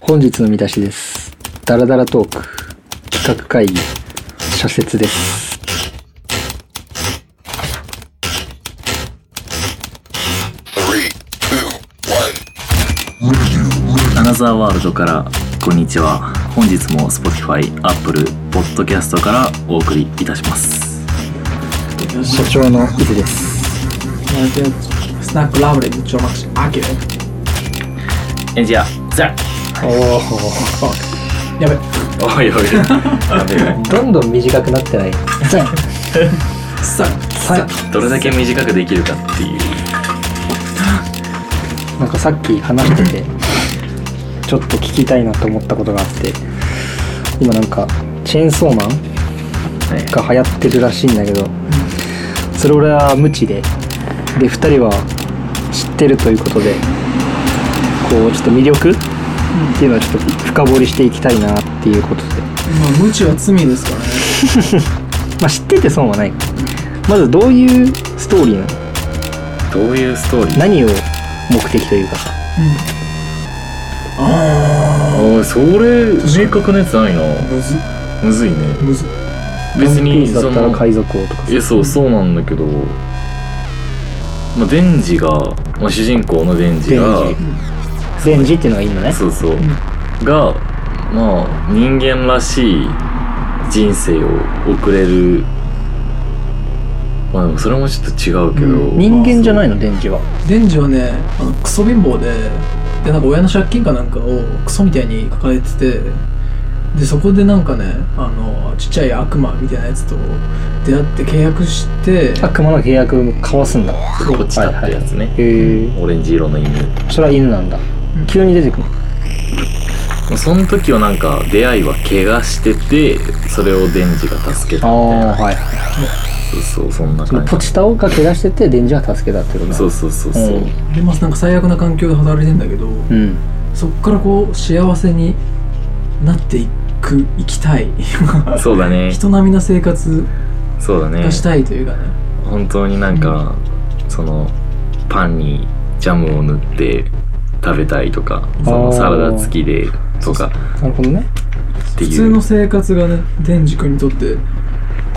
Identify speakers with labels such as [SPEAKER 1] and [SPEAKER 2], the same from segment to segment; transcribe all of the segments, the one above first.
[SPEAKER 1] 本日の見出しです。ダラダラトーク、企画会議、社説です。
[SPEAKER 2] アナザーワールドからこんにちは本日も Spotify、Apple、Podcast からお送りいたします
[SPEAKER 1] 社長の伊豆です。
[SPEAKER 3] スナックラブレッジマックスアキレ
[SPEAKER 2] エンジニアザ
[SPEAKER 1] お
[SPEAKER 3] やべ
[SPEAKER 2] おいおい やべえ
[SPEAKER 1] どんどん短くなってない。
[SPEAKER 3] さ
[SPEAKER 1] さ
[SPEAKER 2] どれだけ短くできるかっていう
[SPEAKER 1] なんかさっき話してて、ちょっと聞きたいなと思ったことがあって、今なんか、チェーンソーマン
[SPEAKER 2] はい
[SPEAKER 1] が流行ってるらしいんだけど、それ俺は無知で、で、2人は知ってるということで、こう、ちょっと魅力っていうのをちょっと深掘りしていきたいなっていうことで、
[SPEAKER 3] まあ無知は罪ですからね
[SPEAKER 1] まあ、知ってて損はないまずどういうストーリーなの
[SPEAKER 2] どういうストーリー
[SPEAKER 1] 何を目的というかさ
[SPEAKER 3] あ
[SPEAKER 2] ああそれ明確なやつないな
[SPEAKER 3] あむず
[SPEAKER 2] むずいね
[SPEAKER 3] むず
[SPEAKER 2] 別
[SPEAKER 1] ワン
[SPEAKER 2] に
[SPEAKER 1] ピースだ
[SPEAKER 2] そ
[SPEAKER 1] ったら
[SPEAKER 2] の
[SPEAKER 1] 海賊王とかさ
[SPEAKER 2] えそうそうなんだけどまあデンジが、まあ、主人公のデンジが
[SPEAKER 1] デンジデンジっていうのがいいのね
[SPEAKER 2] そうそう、がまあ人間らしい人生を送れるまあでもそれもちょっと違うけど、
[SPEAKER 3] う
[SPEAKER 1] 人間じゃない
[SPEAKER 2] の
[SPEAKER 1] のデンジは
[SPEAKER 3] デンジはねあのクソ貧乏ででなんか親の借金かなんかをクソみたいに抱えててでそこでなんかねあのちっちゃい悪魔みたいなやつと出会って契約して
[SPEAKER 1] 悪魔の契約を交わすんだ
[SPEAKER 2] こっちだってやつね、
[SPEAKER 1] へえ
[SPEAKER 2] オレンジ色の犬
[SPEAKER 1] それは犬なんだ
[SPEAKER 3] ん
[SPEAKER 1] 急に出てくる
[SPEAKER 2] その時はなんか出会いは怪我しててそれをデンジが助
[SPEAKER 1] あ
[SPEAKER 2] けた
[SPEAKER 1] あ
[SPEAKER 2] みたいな
[SPEAKER 1] はい
[SPEAKER 2] そうそうそんな
[SPEAKER 1] その
[SPEAKER 2] 感
[SPEAKER 1] ポ
[SPEAKER 2] じ
[SPEAKER 1] チタオが怪我しててデンジは助けたってことだ
[SPEAKER 2] そうそうそうそう、
[SPEAKER 1] うん
[SPEAKER 3] でまあなんか最悪な環境で働いてんだけど、
[SPEAKER 1] うん
[SPEAKER 3] そっからこう幸せになっていくいきたい
[SPEAKER 2] そうだね
[SPEAKER 3] 人並みな生活
[SPEAKER 2] そうだね
[SPEAKER 3] がしたいというかね
[SPEAKER 2] 本当になんか、そのパンにジャムを塗って食べたいとかそ
[SPEAKER 1] あー
[SPEAKER 2] のサラダ付きでとか
[SPEAKER 1] なるほどね
[SPEAKER 2] っていう
[SPEAKER 3] 普通の生活がね天竺にとって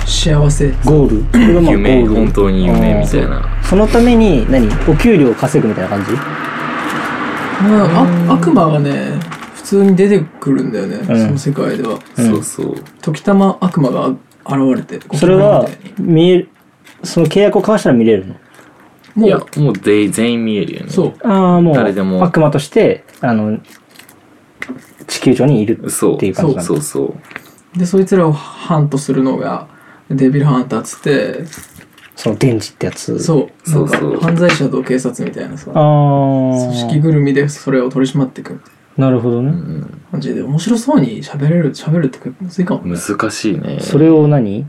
[SPEAKER 3] 幸せ
[SPEAKER 1] ゴールこれがまあゴ
[SPEAKER 2] 夢
[SPEAKER 1] ー
[SPEAKER 2] 本
[SPEAKER 1] ル
[SPEAKER 2] 当に夢みたいな
[SPEAKER 1] そのために何お給料を稼ぐみたいな感じ
[SPEAKER 3] まああ悪魔がね普通に出てくるんだよね、
[SPEAKER 1] ん
[SPEAKER 3] その世界では
[SPEAKER 1] そう
[SPEAKER 2] そうそう
[SPEAKER 3] 時たま悪魔が現れてこう
[SPEAKER 1] それは
[SPEAKER 3] みたいに
[SPEAKER 1] 見えるその契約を交わしたら見れるの
[SPEAKER 2] い
[SPEAKER 3] も
[SPEAKER 2] や
[SPEAKER 3] う
[SPEAKER 2] もう全員全員見えるよね
[SPEAKER 3] そう
[SPEAKER 1] ああもう
[SPEAKER 2] 誰でも
[SPEAKER 1] 悪魔としてあの地球上にいる
[SPEAKER 2] そう
[SPEAKER 1] っていう感じなんだ
[SPEAKER 2] そうそう
[SPEAKER 3] でそいつらをハントするのがデビルハンターっつって
[SPEAKER 1] その電池ってやつう
[SPEAKER 3] そうなんか
[SPEAKER 2] そうそう
[SPEAKER 3] 犯罪者と警察みたいなさ
[SPEAKER 1] あ
[SPEAKER 3] 組織
[SPEAKER 1] あ
[SPEAKER 3] ぐるみでそれを取り締まっていくみたい
[SPEAKER 1] なるほどね、
[SPEAKER 2] う、うん、
[SPEAKER 3] な感じで面白そうに喋れる喋るって結構むずいかもね
[SPEAKER 2] 難しいね
[SPEAKER 1] それを何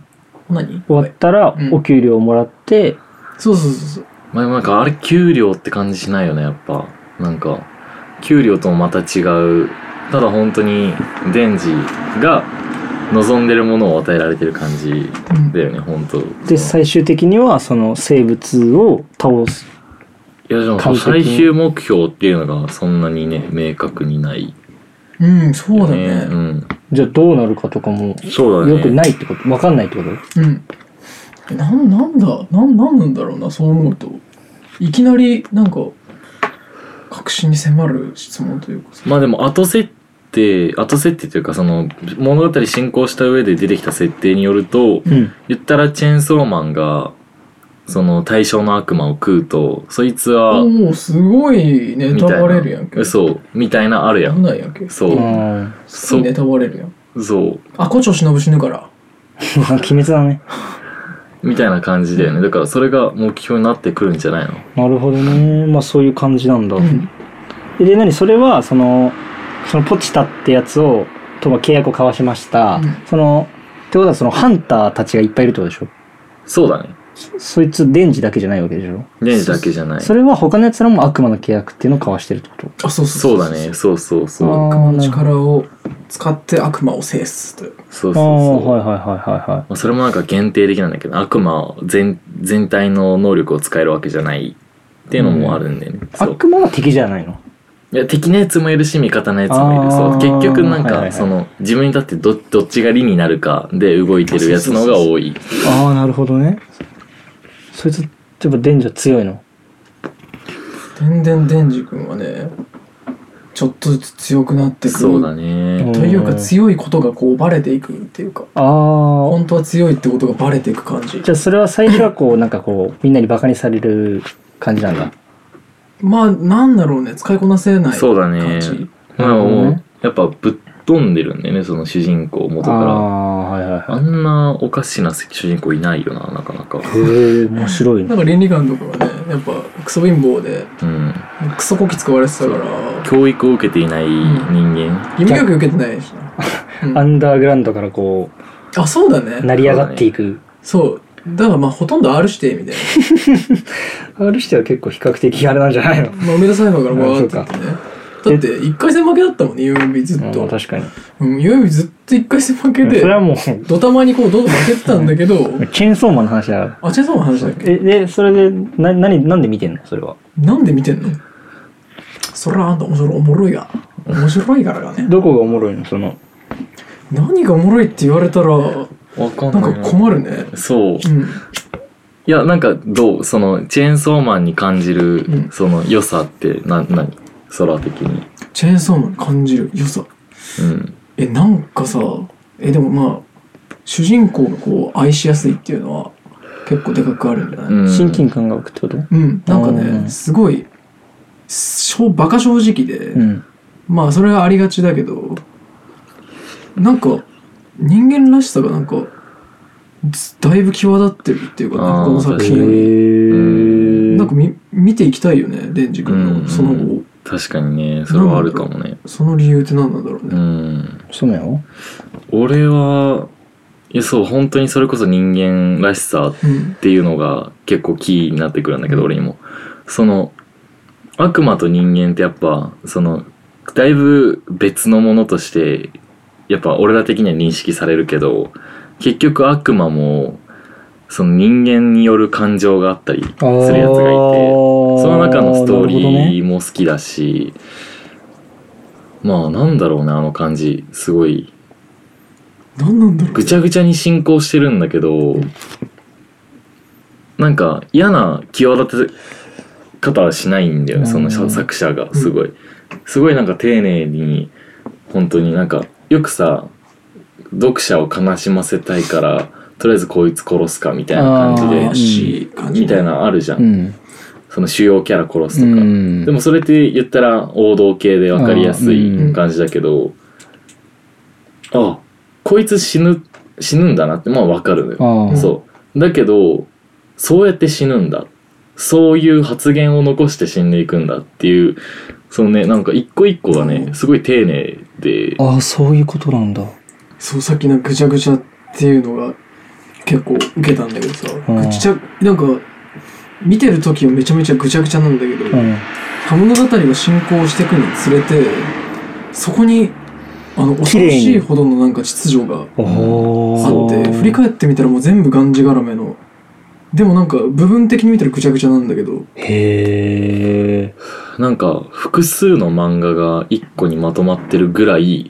[SPEAKER 3] 何
[SPEAKER 1] 終わったら
[SPEAKER 3] うん
[SPEAKER 1] お給料をもらって、
[SPEAKER 3] そうそうそうそう
[SPEAKER 2] まあなんかあれ給料って感じしないよねやっぱなんか給料ともまた違うただ本当にデンジが望んでるものを与えられてる感じ
[SPEAKER 3] うん
[SPEAKER 2] だよね本当
[SPEAKER 1] で最終的にはその生物を倒す
[SPEAKER 2] いやでも
[SPEAKER 1] 完璧に
[SPEAKER 2] 最終目標っていうのがそんなにね明確にない
[SPEAKER 3] うんそう
[SPEAKER 2] よ
[SPEAKER 3] だ
[SPEAKER 2] ね
[SPEAKER 3] ね
[SPEAKER 1] じゃあどうなるかとかも
[SPEAKER 2] うんそうだね
[SPEAKER 1] よくないってことわかんないってこと
[SPEAKER 3] うん、なんなんだなんなんなんだろうなそう思うといきなりなんか確信に迫る質問というかさ
[SPEAKER 2] まあでも後設定後設定というかその物語進行した上で出てきた設定によると、
[SPEAKER 1] うん
[SPEAKER 2] 言ったらチェーンソーマンがその対象の悪魔を食うとそいつは
[SPEAKER 3] おおすごいネ
[SPEAKER 2] み
[SPEAKER 3] タ
[SPEAKER 2] たい
[SPEAKER 3] バレるやんけ
[SPEAKER 2] なそうみたいなあるや
[SPEAKER 3] 危
[SPEAKER 2] ん
[SPEAKER 3] ないやんけ
[SPEAKER 2] そううん
[SPEAKER 3] すごいネタバレるやん
[SPEAKER 2] そう
[SPEAKER 3] あ胡蝶忍死ぬから
[SPEAKER 1] 鬼滅だね
[SPEAKER 2] みたいな感じだよねだからそれが目標になってくるんじゃないの
[SPEAKER 1] なるほどねまあそういう感じなんだ、
[SPEAKER 3] うん
[SPEAKER 1] で何それはそのそのポチタってやつをとまあ契約を交わしました、
[SPEAKER 3] うん
[SPEAKER 1] そのってことはそのハンターたちがいっぱいいるってことでしょ
[SPEAKER 2] そうだね
[SPEAKER 1] そいつデンジだけじゃないわけでしょ、
[SPEAKER 2] レンジだけじゃない
[SPEAKER 1] それは他のやつらも悪魔の契約っていうのを交わしてるってこと
[SPEAKER 3] あそう
[SPEAKER 2] そ
[SPEAKER 3] そう
[SPEAKER 2] うだねそうそうそう
[SPEAKER 1] あー
[SPEAKER 3] 悪魔の力を使って悪魔を制すという
[SPEAKER 2] そうそう
[SPEAKER 1] ああ
[SPEAKER 2] そう
[SPEAKER 1] はいはいはいはいは
[SPEAKER 2] まあそれもなんか限定的なんだけど悪魔全全体の能力を使えるわけじゃないっていうのもあるんでね、
[SPEAKER 1] い
[SPEAKER 2] そう
[SPEAKER 1] 悪魔は敵じゃないの
[SPEAKER 2] いや敵のやつもいるし味方のやつもいるそう
[SPEAKER 1] あー
[SPEAKER 2] 結局なん
[SPEAKER 1] はいはいは
[SPEAKER 2] か
[SPEAKER 1] い
[SPEAKER 2] その自分にとってどどっちが理になるかで動いてるやつの方が多い
[SPEAKER 1] ああなるほどねそいつやっぱデンジャ強いの
[SPEAKER 3] 全然デンジ君はねちょっとずつ強くなってくる
[SPEAKER 2] そうだね
[SPEAKER 1] ん
[SPEAKER 3] というか強いことがこうバレていくっていうか
[SPEAKER 1] ああ
[SPEAKER 3] 本当は強いってことがバレていく感じ
[SPEAKER 1] じゃあそれは最初はこうなんかこうみんなにバカにされる感じなんだ
[SPEAKER 3] まあなんだろうね使いこなせない
[SPEAKER 2] そうだね
[SPEAKER 3] 感じ
[SPEAKER 2] まあ
[SPEAKER 1] なるほど
[SPEAKER 2] もう
[SPEAKER 1] ね
[SPEAKER 2] やっぱぶっ飛んでるんだよねその主人公元
[SPEAKER 1] あ
[SPEAKER 2] から
[SPEAKER 1] あはいはい
[SPEAKER 2] あんなおかしな主人公いないよななかなか
[SPEAKER 1] へえ面白い
[SPEAKER 3] な
[SPEAKER 1] ね
[SPEAKER 3] んか倫理観とかがねやっぱクソ貧乏で
[SPEAKER 2] うん
[SPEAKER 3] クソこき使われてたから
[SPEAKER 2] 教育を受けていない人間
[SPEAKER 3] 義務教育受けてないしな、うん
[SPEAKER 1] アンダーグラウンドからこ
[SPEAKER 3] あそうだ
[SPEAKER 1] う
[SPEAKER 3] ね
[SPEAKER 1] 成り上がっていく
[SPEAKER 3] そうだからまあほとんど R してみたい
[SPEAKER 1] R しては結構比較的あれなんじゃないの
[SPEAKER 3] なまあ梅田裁判からわーってってねだって1回戦負けだったもんね UMB ずっ
[SPEAKER 1] うん
[SPEAKER 3] と、
[SPEAKER 1] 確かに
[SPEAKER 3] うん、UMB ずっと1回戦負け
[SPEAKER 1] そ
[SPEAKER 3] で
[SPEAKER 1] れはもう
[SPEAKER 3] ドタマにこうどんどん負けてたん だけど
[SPEAKER 1] チェーンソーマンの話だから
[SPEAKER 3] あチェンソーマンの話だっけ
[SPEAKER 1] えでそれでな何なんで見てんのそれは
[SPEAKER 3] なんで見てんのそらあんた面白いおもろいが面白いからがね
[SPEAKER 1] どこがおもろいのその
[SPEAKER 3] 何がおもろいって言われたらな
[SPEAKER 2] わかん
[SPEAKER 3] ん
[SPEAKER 2] ない
[SPEAKER 3] か困るね
[SPEAKER 2] そう
[SPEAKER 3] うん
[SPEAKER 2] いやなんかどうそのチェーンソーマンに感じる、
[SPEAKER 3] うん
[SPEAKER 2] その良さってな何空的に
[SPEAKER 3] チェーンソーマンに感じる良さ
[SPEAKER 2] うん
[SPEAKER 3] えなんかさえでもまあ主人公がこう愛しやすいっていうのは結構でかくあるんじゃない、
[SPEAKER 2] うん
[SPEAKER 1] 親近感が湧くってことう
[SPEAKER 3] うん、なんか
[SPEAKER 1] うん
[SPEAKER 3] ねすごいしょバカ正直で、
[SPEAKER 1] ん
[SPEAKER 3] まあそれはありがちだけどなんか人間らしさがなんかずだいぶ際立ってるっていうか
[SPEAKER 2] あー
[SPEAKER 3] ねこの作
[SPEAKER 1] へ
[SPEAKER 2] 確
[SPEAKER 3] 品より
[SPEAKER 1] え
[SPEAKER 3] なんかみ見ていきたいよねデンジ君
[SPEAKER 2] うん
[SPEAKER 3] のその後
[SPEAKER 2] 確かにねそれはあるかもね
[SPEAKER 3] その理由って何なんだろう
[SPEAKER 2] う
[SPEAKER 3] ね、
[SPEAKER 2] ん
[SPEAKER 1] そうなの
[SPEAKER 2] 俺はいやそう本当にそれこそ人間らしさっ
[SPEAKER 3] うん
[SPEAKER 2] ていうのが結構キーになってくるんだけど俺にもその悪魔と人間ってやっぱそのだいぶ別のものとしてやっぱ俺ら的には認識されるけど結局悪魔もその人間による感情があったりするやつがいてそ
[SPEAKER 1] そ
[SPEAKER 2] の中のストーリーも好きだし、まあなんだろうねあの感じすごい
[SPEAKER 3] 何なんだろうね
[SPEAKER 2] ぐちゃぐちゃに進行してるんだけどなんか嫌な際立て方はしないんだよねその
[SPEAKER 1] うん
[SPEAKER 2] 作者がすごいすごいなんか丁寧に本当になんかよくさ読者を悲しませたいからとりあえずこいつ殺すかみたいな感じ
[SPEAKER 1] あ
[SPEAKER 2] で
[SPEAKER 1] ー
[SPEAKER 3] 怪しい感じ
[SPEAKER 2] みたいなのあるじゃん、
[SPEAKER 1] うん
[SPEAKER 2] その主要キャラ殺すとか、
[SPEAKER 1] で
[SPEAKER 2] でもそれって言ったら王道系で分かりやす
[SPEAKER 1] あーう
[SPEAKER 2] い
[SPEAKER 1] ん
[SPEAKER 2] 感じだけどあ,、こいつ死ぬ死ぬんだなってまあ分かるのよ、
[SPEAKER 1] ああ
[SPEAKER 2] そうだけどそうやって死ぬんだそういう発言を残して死んでいくんだっていうそのねなんか一個一個がねすごい丁寧で
[SPEAKER 1] ああそういうことなんだ
[SPEAKER 3] そうさっきのぐちゃぐちゃっていうのが結構受けたんだけどさ、
[SPEAKER 1] うん
[SPEAKER 3] ぐちゃなんか見てる時はめちゃめちゃぐちゃぐちゃなんだけど、
[SPEAKER 1] うん
[SPEAKER 3] 物語が進行していくにつれてそこにあの恐ろ
[SPEAKER 1] 綺
[SPEAKER 3] し
[SPEAKER 1] 麗に
[SPEAKER 3] いほどのなんか秩序があ
[SPEAKER 1] お
[SPEAKER 3] って振り返ってみたらもう全部がんじがらめのでもなんか部分的に見たらぐちゃぐちゃなんだけど
[SPEAKER 1] へえ
[SPEAKER 2] なんか複数の漫画が一個にまとまってるぐらい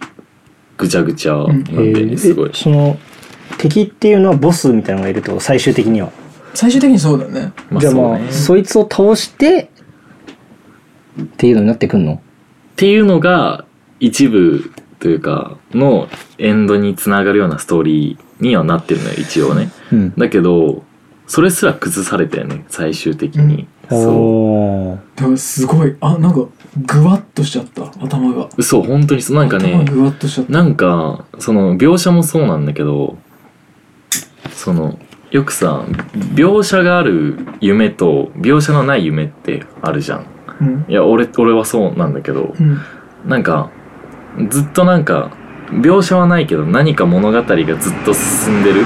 [SPEAKER 2] ぐちゃぐちゃなん
[SPEAKER 1] へ
[SPEAKER 2] で、
[SPEAKER 1] ー
[SPEAKER 2] すごい
[SPEAKER 1] え。その敵っていうのはボスみたいなのがいるってこと最終的には
[SPEAKER 3] 最終的にそうだよね
[SPEAKER 1] じゃあ
[SPEAKER 2] そう
[SPEAKER 1] ま
[SPEAKER 2] ね
[SPEAKER 1] あそいつを倒してっていうのになってくんの
[SPEAKER 2] っていうのが一部というかのエンドにつながるようなストーリーにはなってるのよ一応ね
[SPEAKER 1] うん
[SPEAKER 2] だけどそれすら崩されたよね最終的に、そ
[SPEAKER 1] おー
[SPEAKER 3] だからすごいあなんかぐわっとしちゃった頭が
[SPEAKER 2] うそう本当にそうなんか
[SPEAKER 3] 頭
[SPEAKER 2] ね
[SPEAKER 3] がぐわっとしちゃった
[SPEAKER 2] なんかその描写もそうなんだけどそのよくさ描写がある夢と描写のない夢ってあるじゃん
[SPEAKER 3] うん
[SPEAKER 2] いや俺俺はそうなんだけど
[SPEAKER 3] うん
[SPEAKER 2] なんかずっとなんか描写はないけど何か物語がずっと進んでる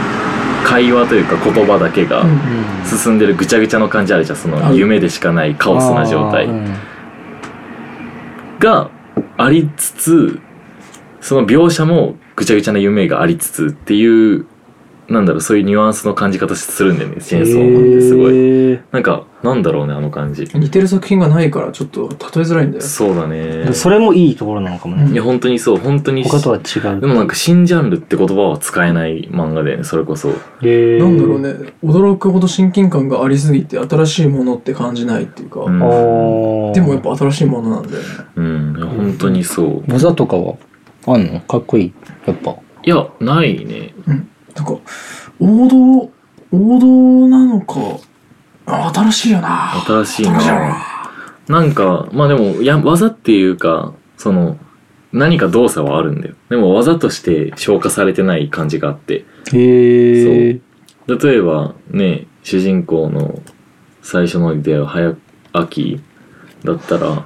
[SPEAKER 2] 会話というか言葉だけが
[SPEAKER 3] うん
[SPEAKER 2] 進んでるぐちゃぐちゃの感じあるじゃんそ
[SPEAKER 3] あ
[SPEAKER 2] の
[SPEAKER 3] る
[SPEAKER 2] 夢でしかないカオスな状態
[SPEAKER 1] あーうん
[SPEAKER 2] がありつつその描写もぐちゃぐちゃな夢がありつつっていうなんだろうそういうニュアンスの感じ方するんだよねチェーンソーマンってすごい
[SPEAKER 1] え
[SPEAKER 2] なんかなんだろうねあの感じ
[SPEAKER 3] 似てる作品がないからちょっと例えづらいんだよ
[SPEAKER 2] そうだね
[SPEAKER 1] ーそれもいいところなのかも
[SPEAKER 3] うん
[SPEAKER 2] い
[SPEAKER 1] ね
[SPEAKER 2] や本当にそう本当に
[SPEAKER 1] 他とは違う
[SPEAKER 2] でもなんか新ジャンルって言葉は使えない漫画だよねそれこそ
[SPEAKER 1] えー
[SPEAKER 3] なんだろうね驚くほど親近感がありすぎて新しいものって感じないっていうか、
[SPEAKER 2] うん
[SPEAKER 1] あー
[SPEAKER 3] でもやっぱ新しいものなんだよね
[SPEAKER 2] うんいや本当にそう
[SPEAKER 1] ボザとかはあんのかっこいいやっぱ
[SPEAKER 2] いやないね
[SPEAKER 3] なんか王道王道なのかあ新しいよな
[SPEAKER 2] 新しい
[SPEAKER 3] 新しいよ
[SPEAKER 2] なな
[SPEAKER 3] な
[SPEAKER 2] んかまあでもや技っていうかその何か動作はあるんだよでも技として消化されてない感じがあって
[SPEAKER 1] へえ
[SPEAKER 2] 例えばね主人公の最初の出会う早秋だったら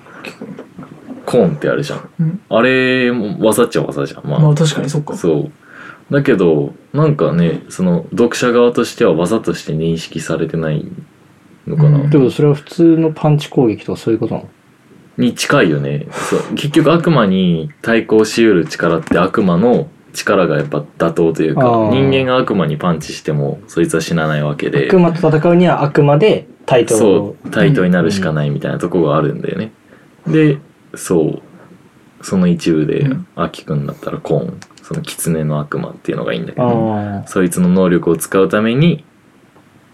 [SPEAKER 2] コーンってあるじゃん、
[SPEAKER 3] うん
[SPEAKER 2] あれも技っちゃ技じゃんまあ、
[SPEAKER 3] まあ確かにそっか
[SPEAKER 2] そうだけどなんかねその読者側としては技として認識されてないのかな、
[SPEAKER 3] うん
[SPEAKER 1] でもそれは普通のパンチ攻撃とかそういうことなの
[SPEAKER 2] に近いよねそう結局悪魔に対抗しうる力って悪魔の力がやっぱ妥当というか
[SPEAKER 1] あー
[SPEAKER 2] 人間が悪魔にパンチしてもそいつは死なないわけで
[SPEAKER 1] 悪魔と戦うには悪魔でタイトル
[SPEAKER 2] そ
[SPEAKER 1] を
[SPEAKER 2] う対等になるしかないみたいなとこがあるんだよね、でそうその一部で、
[SPEAKER 3] うん
[SPEAKER 2] アキくんだったらコーンその狐の悪魔っていうのがいいんだけど
[SPEAKER 1] あ
[SPEAKER 2] そいつの能力を使うために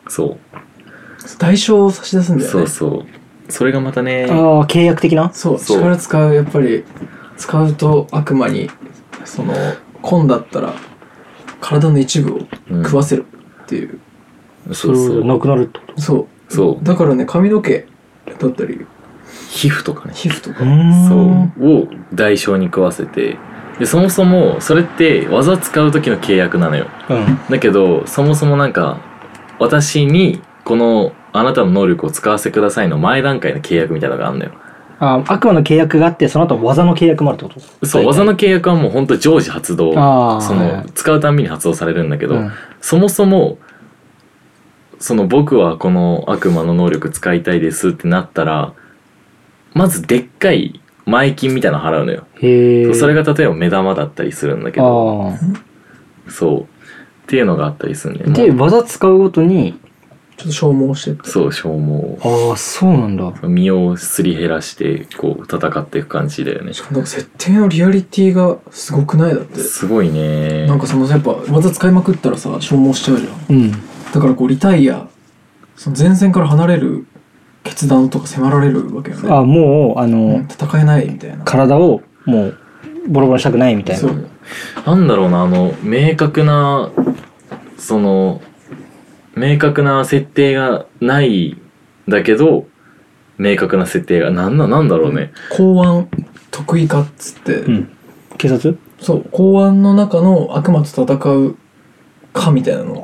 [SPEAKER 2] そ
[SPEAKER 3] 代償を差し出すん
[SPEAKER 2] う
[SPEAKER 3] だよね
[SPEAKER 2] そうそうそれがまたね
[SPEAKER 1] ーあー契約的な
[SPEAKER 3] そう
[SPEAKER 2] そう
[SPEAKER 3] 力使うやっぱり使うと悪魔にそのコンだったら体の一部を
[SPEAKER 2] うん
[SPEAKER 3] 食わせるっていう、
[SPEAKER 2] そう
[SPEAKER 1] れ
[SPEAKER 2] そ
[SPEAKER 1] がな
[SPEAKER 2] う
[SPEAKER 1] くなるってこと
[SPEAKER 3] そう
[SPEAKER 2] そう
[SPEAKER 3] だからね髪の毛だったり
[SPEAKER 2] 皮膚とかね
[SPEAKER 3] 皮膚とか、
[SPEAKER 1] うーん
[SPEAKER 2] そうを代償に食わせてでそもそもそれって技使う時の契約なのよ
[SPEAKER 1] うん
[SPEAKER 2] だけどそもそもなんか私にこのあなたの能力を使わせてくださいの前段階の契約みたいなのがあるんだよ
[SPEAKER 1] あー悪魔の契約があってその後技の契約もあるってこと
[SPEAKER 2] そう技の契約はもうほんと常時発動
[SPEAKER 1] あー
[SPEAKER 2] そ
[SPEAKER 1] はいは
[SPEAKER 2] の
[SPEAKER 1] い
[SPEAKER 2] 使うたんびに発動されるんだけど、
[SPEAKER 1] うん
[SPEAKER 2] そもそもその僕はこの悪魔の能力使いたいですってなったらまずでっかい前金みたいなの払うのよ、
[SPEAKER 1] へえ
[SPEAKER 2] それが例えば目玉だったりするんだけど
[SPEAKER 1] ああ
[SPEAKER 2] そうっていうのがあったりするんだよ
[SPEAKER 1] で
[SPEAKER 2] ね
[SPEAKER 1] 技使うごとに
[SPEAKER 3] ちょっと消耗してって
[SPEAKER 2] そう消耗
[SPEAKER 1] ああそうなんだ
[SPEAKER 2] 身をすり減らしてこう戦っていく感じだよね
[SPEAKER 3] しかもなんか設定のリアリティがすごくないだって
[SPEAKER 2] すごいね
[SPEAKER 3] なんかそのやっぱ技使いまくったらさ消耗しちゃうじゃん
[SPEAKER 1] うん
[SPEAKER 3] だからこうリタイアその前線から離れる決断とか迫られるわけよね
[SPEAKER 1] あーもうあの、
[SPEAKER 3] うん戦えないみたいな
[SPEAKER 1] 体をもうボロボロにしたくないみたい
[SPEAKER 3] そ
[SPEAKER 1] な
[SPEAKER 3] う
[SPEAKER 2] なんだろうな、あの、明確な、その、明確な設定がないんだけど、明確な設定が、なんな、なんだろうね。
[SPEAKER 3] 公安得意かっつって、
[SPEAKER 1] うん警察
[SPEAKER 3] そう公安の中の悪魔と戦うかみたいなのが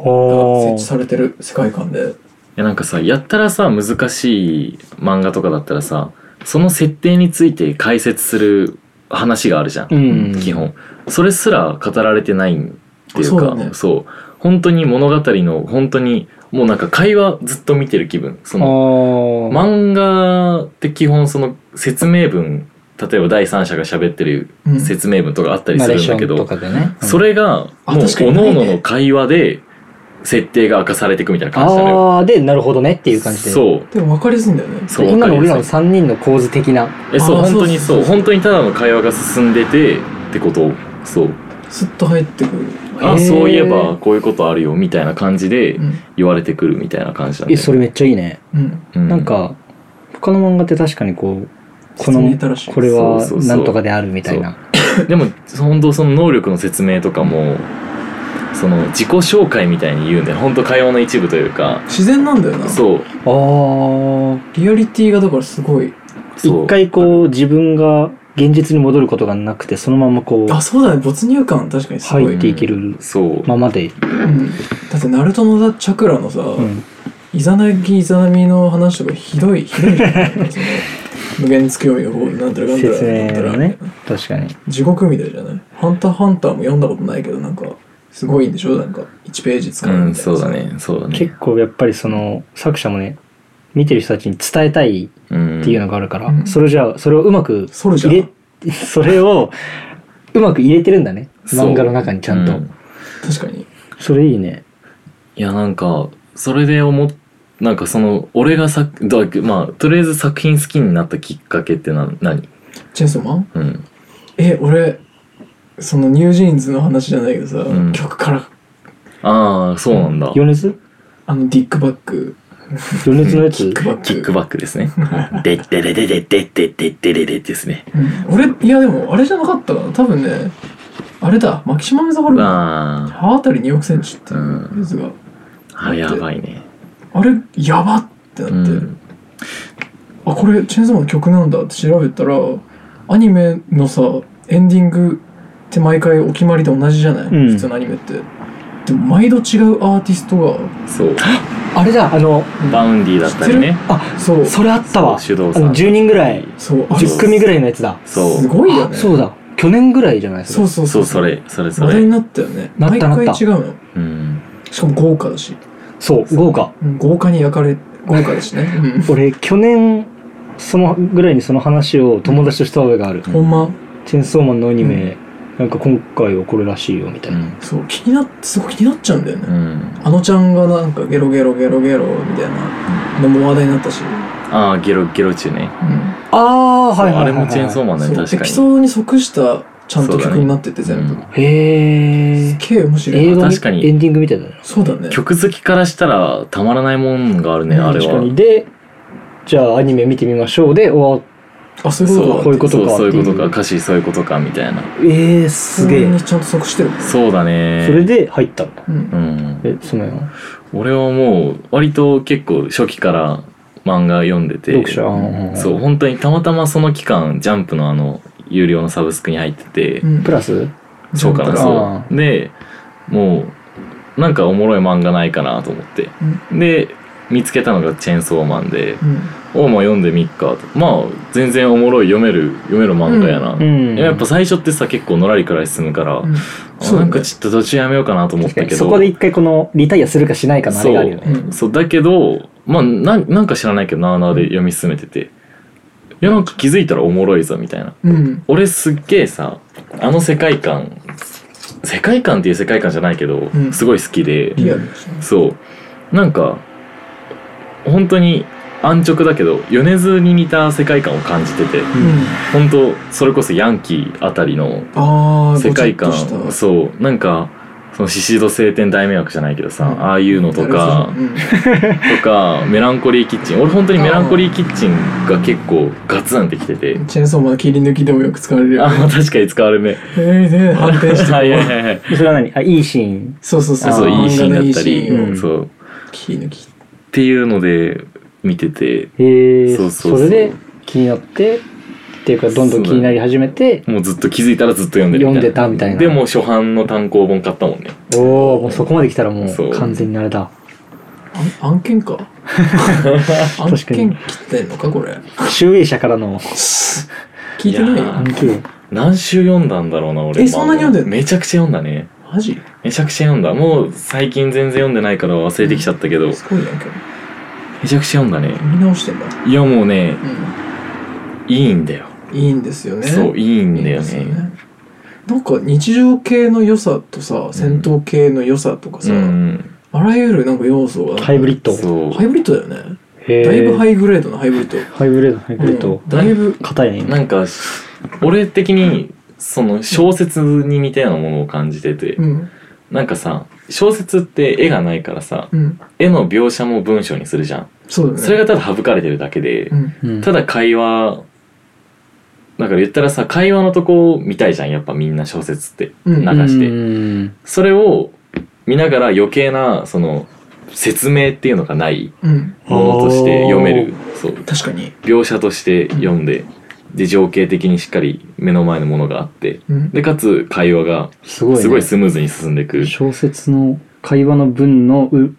[SPEAKER 3] 設置されてる世界観で
[SPEAKER 2] いや、なんかさ、やったらさ、難しい漫画とかだったらさ、その設定について解説する話があるじゃん。
[SPEAKER 1] うん
[SPEAKER 2] 基本。それすら語られてないっていう
[SPEAKER 3] そう
[SPEAKER 2] か、
[SPEAKER 3] だね
[SPEAKER 2] そう。本当に物語の、本当に、もうなんか会話ずっと見てる気分。その、
[SPEAKER 1] ああ
[SPEAKER 2] 漫画って基本その説明文例えば第三者が喋ってる
[SPEAKER 3] うん
[SPEAKER 2] 説明文とかあったり
[SPEAKER 1] ナ
[SPEAKER 2] す
[SPEAKER 1] レ
[SPEAKER 2] る
[SPEAKER 1] ー
[SPEAKER 2] ん
[SPEAKER 1] シ
[SPEAKER 2] だけ
[SPEAKER 1] ョン
[SPEAKER 2] ど、
[SPEAKER 1] とかでね
[SPEAKER 2] それが
[SPEAKER 3] あ
[SPEAKER 2] もう
[SPEAKER 3] 確か
[SPEAKER 2] 各
[SPEAKER 3] にないね
[SPEAKER 2] 々の会話で設定が明かされていくみたいな感じなのよ。
[SPEAKER 1] ああーでなるほどねっていう感じで
[SPEAKER 2] そう
[SPEAKER 3] でも分かりやすいんだよね
[SPEAKER 2] そう
[SPEAKER 1] で今の俺らの
[SPEAKER 2] わか
[SPEAKER 1] 3人の構図的な
[SPEAKER 2] えそう
[SPEAKER 3] あー
[SPEAKER 2] 本当に
[SPEAKER 3] そ
[SPEAKER 2] そうう
[SPEAKER 3] そうそう
[SPEAKER 2] 本当にただの会話が進んでてってことそう
[SPEAKER 3] スッと入ってくる、
[SPEAKER 2] あ
[SPEAKER 1] へー
[SPEAKER 2] そういえばこういうことあるよみたいな感じで
[SPEAKER 3] うん
[SPEAKER 2] 言われてくるみたいな感じなんだ
[SPEAKER 1] え
[SPEAKER 2] よね
[SPEAKER 1] それめっちゃいいね、
[SPEAKER 3] うん、
[SPEAKER 2] う
[SPEAKER 1] なんか他の漫画って確かにこうこ
[SPEAKER 3] 説
[SPEAKER 1] の
[SPEAKER 3] 明下手らしい
[SPEAKER 1] これは
[SPEAKER 2] そうそうそう
[SPEAKER 1] なんとかであるみたいな
[SPEAKER 2] でも本当その能力の説明とかもその自己紹介みたいに言うんだよ本当会話の一部というか
[SPEAKER 3] 自然なんだよな
[SPEAKER 2] そう
[SPEAKER 1] ああ
[SPEAKER 3] リアリティがだからすごい
[SPEAKER 2] そう
[SPEAKER 1] 一回こう自分が現実に戻ることがなくてそのままこう
[SPEAKER 3] あそうだね没入感確かにすごい、
[SPEAKER 1] 入っていける
[SPEAKER 2] そう
[SPEAKER 1] ままで、
[SPEAKER 3] うんだってナルトのさチャクラのさ、
[SPEAKER 1] うん、
[SPEAKER 3] イザナギイザナミの話とかひどいひどいじゃんなんかその無限つくよみがこうなんたらかんたら
[SPEAKER 1] 説
[SPEAKER 3] なんた
[SPEAKER 1] 明
[SPEAKER 3] ら
[SPEAKER 1] のね確かに
[SPEAKER 3] 地獄みたいじゃないハンターハンターも読んだことないけどなんかすごいんでしょなんか1ページ使うみた
[SPEAKER 2] う
[SPEAKER 3] い
[SPEAKER 2] ん
[SPEAKER 3] なさ
[SPEAKER 2] そうだねそうだね
[SPEAKER 1] 結構やっぱりその作者もね見てる人たちに伝えたい
[SPEAKER 2] 構
[SPEAKER 1] っていうのがあるから、
[SPEAKER 3] うん
[SPEAKER 1] それじゃあそれをうまく
[SPEAKER 3] ソルジャー
[SPEAKER 1] 入れ それをうまく入れてるんだね漫画の中にちゃんと、
[SPEAKER 2] うん
[SPEAKER 3] 確かに
[SPEAKER 1] それいいね
[SPEAKER 2] いやなんかそれで思っなんかその俺がさだまあとりあえず作品好きになったきっかけってな何
[SPEAKER 3] チェンソーマン
[SPEAKER 2] うん
[SPEAKER 3] え俺そのニュージーンズの話じゃないけどさ、
[SPEAKER 2] うん
[SPEAKER 3] 曲から
[SPEAKER 2] ああそうなんだ
[SPEAKER 1] 余熱
[SPEAKER 3] あのディックバック
[SPEAKER 1] 余熱のやつ
[SPEAKER 3] ディックバック
[SPEAKER 2] キックバックですねでってれででででででででですね
[SPEAKER 3] うん俺いやでもあれじゃなかったかな多分ねあれだマキシマム・ザ・ホルモン
[SPEAKER 2] あ
[SPEAKER 3] 刃渡り2 0 0センチっていうやつが、
[SPEAKER 2] ああれやばいね
[SPEAKER 3] あれやばってなって、
[SPEAKER 2] うん
[SPEAKER 3] あこれチェーンソーマンの曲なんだって調べたらアニメのさエンディングって毎回お決まりで同じじゃない、
[SPEAKER 1] うん
[SPEAKER 3] 普通のアニメってでも毎度違うアーティストが
[SPEAKER 2] そう
[SPEAKER 1] あれだあの
[SPEAKER 2] バウンディだったりね
[SPEAKER 1] あ
[SPEAKER 3] そう
[SPEAKER 1] それあったわあ
[SPEAKER 2] 手動さん
[SPEAKER 1] の10人ぐらい
[SPEAKER 3] そうあれ
[SPEAKER 1] 10組ぐらいのやつだ
[SPEAKER 2] そう
[SPEAKER 3] すごいよ
[SPEAKER 1] あ
[SPEAKER 3] ね
[SPEAKER 1] そうだ去年ぐらいじゃないです
[SPEAKER 3] そ
[SPEAKER 1] か
[SPEAKER 3] うそう
[SPEAKER 2] そ
[SPEAKER 3] そう
[SPEAKER 2] うそれそれそ
[SPEAKER 3] 話題
[SPEAKER 2] れ
[SPEAKER 3] になったよね
[SPEAKER 1] なったなった
[SPEAKER 3] 毎回違うの
[SPEAKER 2] うん
[SPEAKER 3] しかも豪華だし、
[SPEAKER 1] そう豪華
[SPEAKER 3] うん豪華に焼かれ豪華だしね、うん
[SPEAKER 1] 俺去年そのぐらいにその話を友達とした覚えがある、
[SPEAKER 3] ほんま
[SPEAKER 1] チェーンソーマンのアニメ、なんか今回はこれらしいよみたいうな、
[SPEAKER 2] ん
[SPEAKER 3] そう気になっすごい気になっちゃうんだよね、
[SPEAKER 2] うん
[SPEAKER 3] あのちゃんがなんかゲロゲロゲロゲロみたいなのも話題になったし、
[SPEAKER 2] ああゲロゲロ中ね
[SPEAKER 3] うん
[SPEAKER 1] ああはいはいはい、はい、
[SPEAKER 2] あれもチェーンソーマンだね
[SPEAKER 3] そう
[SPEAKER 2] 確
[SPEAKER 3] エ
[SPEAKER 2] か
[SPEAKER 3] ピ
[SPEAKER 2] に
[SPEAKER 3] ソードに即したちゃん
[SPEAKER 2] そ
[SPEAKER 3] と
[SPEAKER 2] うだね
[SPEAKER 3] 曲になってて全部
[SPEAKER 2] うん
[SPEAKER 1] へ
[SPEAKER 3] す
[SPEAKER 1] え
[SPEAKER 3] っげえ面白い
[SPEAKER 1] 映
[SPEAKER 3] な
[SPEAKER 1] 画
[SPEAKER 2] 確か
[SPEAKER 1] の
[SPEAKER 2] に
[SPEAKER 1] エンディングみたいだね
[SPEAKER 3] そうだね
[SPEAKER 2] 曲好きからしたらたまらないもんがあるね
[SPEAKER 3] うん
[SPEAKER 2] あれ
[SPEAKER 1] 確かに
[SPEAKER 2] は
[SPEAKER 1] でじゃあアニメ見てみましょうで終わ
[SPEAKER 3] あそういう
[SPEAKER 2] そ
[SPEAKER 3] こ
[SPEAKER 2] う
[SPEAKER 1] こういう
[SPEAKER 3] と
[SPEAKER 1] こ
[SPEAKER 3] か
[SPEAKER 1] とか
[SPEAKER 2] そうそういうこと
[SPEAKER 1] う
[SPEAKER 2] か
[SPEAKER 1] ん
[SPEAKER 2] 歌詞そういうことかみたいな
[SPEAKER 1] ええすげえ
[SPEAKER 3] それにちゃんと即してるもん
[SPEAKER 2] そうだね
[SPEAKER 1] それで入ったんだ
[SPEAKER 3] うん
[SPEAKER 2] うん
[SPEAKER 1] えその
[SPEAKER 2] 俺はもう割と結構初期から漫画読んでて
[SPEAKER 1] 読者うんうん
[SPEAKER 2] そう本当にたまたまその期間ジャンプのあの有料のサブスクに入ってて、
[SPEAKER 3] うん
[SPEAKER 1] プラス
[SPEAKER 2] そうか
[SPEAKER 1] ジャン
[SPEAKER 2] な
[SPEAKER 1] プ
[SPEAKER 2] そ
[SPEAKER 1] あ
[SPEAKER 2] うでもうなんかおもろい漫画ないかなと思って、で見つけたのが「チェーンソーマンで」
[SPEAKER 3] うん
[SPEAKER 2] おまあ読んでみっかとまあ全然おもろい読める読める漫画やな、
[SPEAKER 1] うん
[SPEAKER 2] やっぱ最初ってさ結構のらりから進むから、
[SPEAKER 3] うん
[SPEAKER 2] あなんかちょっと途中やめようかなと思っ
[SPEAKER 1] 確か
[SPEAKER 2] た
[SPEAKER 1] に
[SPEAKER 2] けど
[SPEAKER 1] そこで一回このリタイアするかしないかのあれがあるよね
[SPEAKER 3] うん
[SPEAKER 2] そうだけどまあなんなんか知らないけどなあなあで読み進めてていやなんか気づいたらおもろいぞみたいな
[SPEAKER 3] うん
[SPEAKER 2] 俺すっげえさあの世界観世界観っていう世界観じゃないけど、
[SPEAKER 3] ん
[SPEAKER 2] すごい好きで、
[SPEAKER 3] リアルだしね
[SPEAKER 2] そうなんか本当に安直だけど米津に似た世界観を感じてて
[SPEAKER 3] うん
[SPEAKER 2] 本当それこそヤンキーあたりの
[SPEAKER 3] ああ
[SPEAKER 2] 世界観
[SPEAKER 3] そ
[SPEAKER 2] そうなんかそのシシド晴天大迷惑じゃないけどさ、
[SPEAKER 3] うん
[SPEAKER 2] ああいうのとか、とかメランコリーキッチン俺本当にメランコリーキッチンが結構ガツンってきてて
[SPEAKER 3] チェーンソーマンの切り抜きでもよく使われるよ
[SPEAKER 2] あ
[SPEAKER 3] ね
[SPEAKER 2] まあ確かに使われるね
[SPEAKER 3] えーで反 転して
[SPEAKER 2] はいはいはいはい
[SPEAKER 1] それは何あいいシーン
[SPEAKER 3] そうそうそう
[SPEAKER 2] そういいシーンだったり、
[SPEAKER 3] 漫画のいいシーンを
[SPEAKER 1] うん
[SPEAKER 2] そうっ
[SPEAKER 3] 切り抜き
[SPEAKER 2] ていうので見てて
[SPEAKER 1] へえ
[SPEAKER 2] そうそうそう
[SPEAKER 1] れで気になってっていうかどんどん気になり始めて
[SPEAKER 2] もうずっと気づいたらずっと読んでる
[SPEAKER 1] 読んでたみたいな
[SPEAKER 2] でもう初版の単行本買ったもんね
[SPEAKER 1] おおもうそこまで来たらも
[SPEAKER 2] そう
[SPEAKER 1] う完全にあれだ
[SPEAKER 3] あん案 件か
[SPEAKER 1] 確か
[SPEAKER 3] 案
[SPEAKER 1] に
[SPEAKER 3] 件切ってんのかこれ
[SPEAKER 1] 集英社からの
[SPEAKER 3] 聞いてない
[SPEAKER 2] い
[SPEAKER 3] よ
[SPEAKER 2] や
[SPEAKER 1] 案件
[SPEAKER 2] 何週読んだんだろうな俺
[SPEAKER 3] えそんなに読んでんの
[SPEAKER 2] めちゃくちゃ読んだね
[SPEAKER 3] マジ
[SPEAKER 2] めちゃくちゃ読んだもう最近全然読んでないから忘れてきちゃったけどめち
[SPEAKER 3] すごいやんけ
[SPEAKER 2] ゃくちゃ読んだね
[SPEAKER 3] 見直してんだ
[SPEAKER 2] いやもうねいいんだよ
[SPEAKER 3] うんいいんですよね
[SPEAKER 2] そういい
[SPEAKER 3] い
[SPEAKER 2] んだよ
[SPEAKER 3] です
[SPEAKER 2] ね
[SPEAKER 3] なんか日常系の良さとさ戦闘系の良さとか
[SPEAKER 2] う
[SPEAKER 3] さ、
[SPEAKER 2] ん
[SPEAKER 3] あらゆるなんか要素が
[SPEAKER 1] ハイブリッド
[SPEAKER 2] そう
[SPEAKER 3] ハイブリッドだよね
[SPEAKER 1] へえ
[SPEAKER 3] だいぶハイグレードのハイブリッド
[SPEAKER 1] ハイブレードハイブレー
[SPEAKER 3] う
[SPEAKER 1] ド
[SPEAKER 3] んだいぶ
[SPEAKER 1] 硬いね
[SPEAKER 2] なんか俺的にその小説に似たようなものを感じてて、
[SPEAKER 3] うん
[SPEAKER 2] なんかさ小説って絵がないからさ
[SPEAKER 3] うん
[SPEAKER 2] 絵の描写も文章にするじゃん
[SPEAKER 3] そうだね
[SPEAKER 2] それがただ省かれてるだけで
[SPEAKER 3] う、ん
[SPEAKER 1] うん
[SPEAKER 2] ただ会話だから言ったらさ会話のとこ見たいじゃんやっぱみんな小説って流
[SPEAKER 3] うん
[SPEAKER 2] して、
[SPEAKER 1] うん
[SPEAKER 2] それを見ながら余計なその説明っていうのがない
[SPEAKER 3] うん
[SPEAKER 2] ものとして読めるそう
[SPEAKER 3] 確かに
[SPEAKER 2] 描写として読んでで情景的にしっかり目の前のものがあって
[SPEAKER 3] うん
[SPEAKER 2] でかつ会話が
[SPEAKER 1] すごいね
[SPEAKER 2] すごいスムーズに進んでいく
[SPEAKER 1] 小説の会話の文のう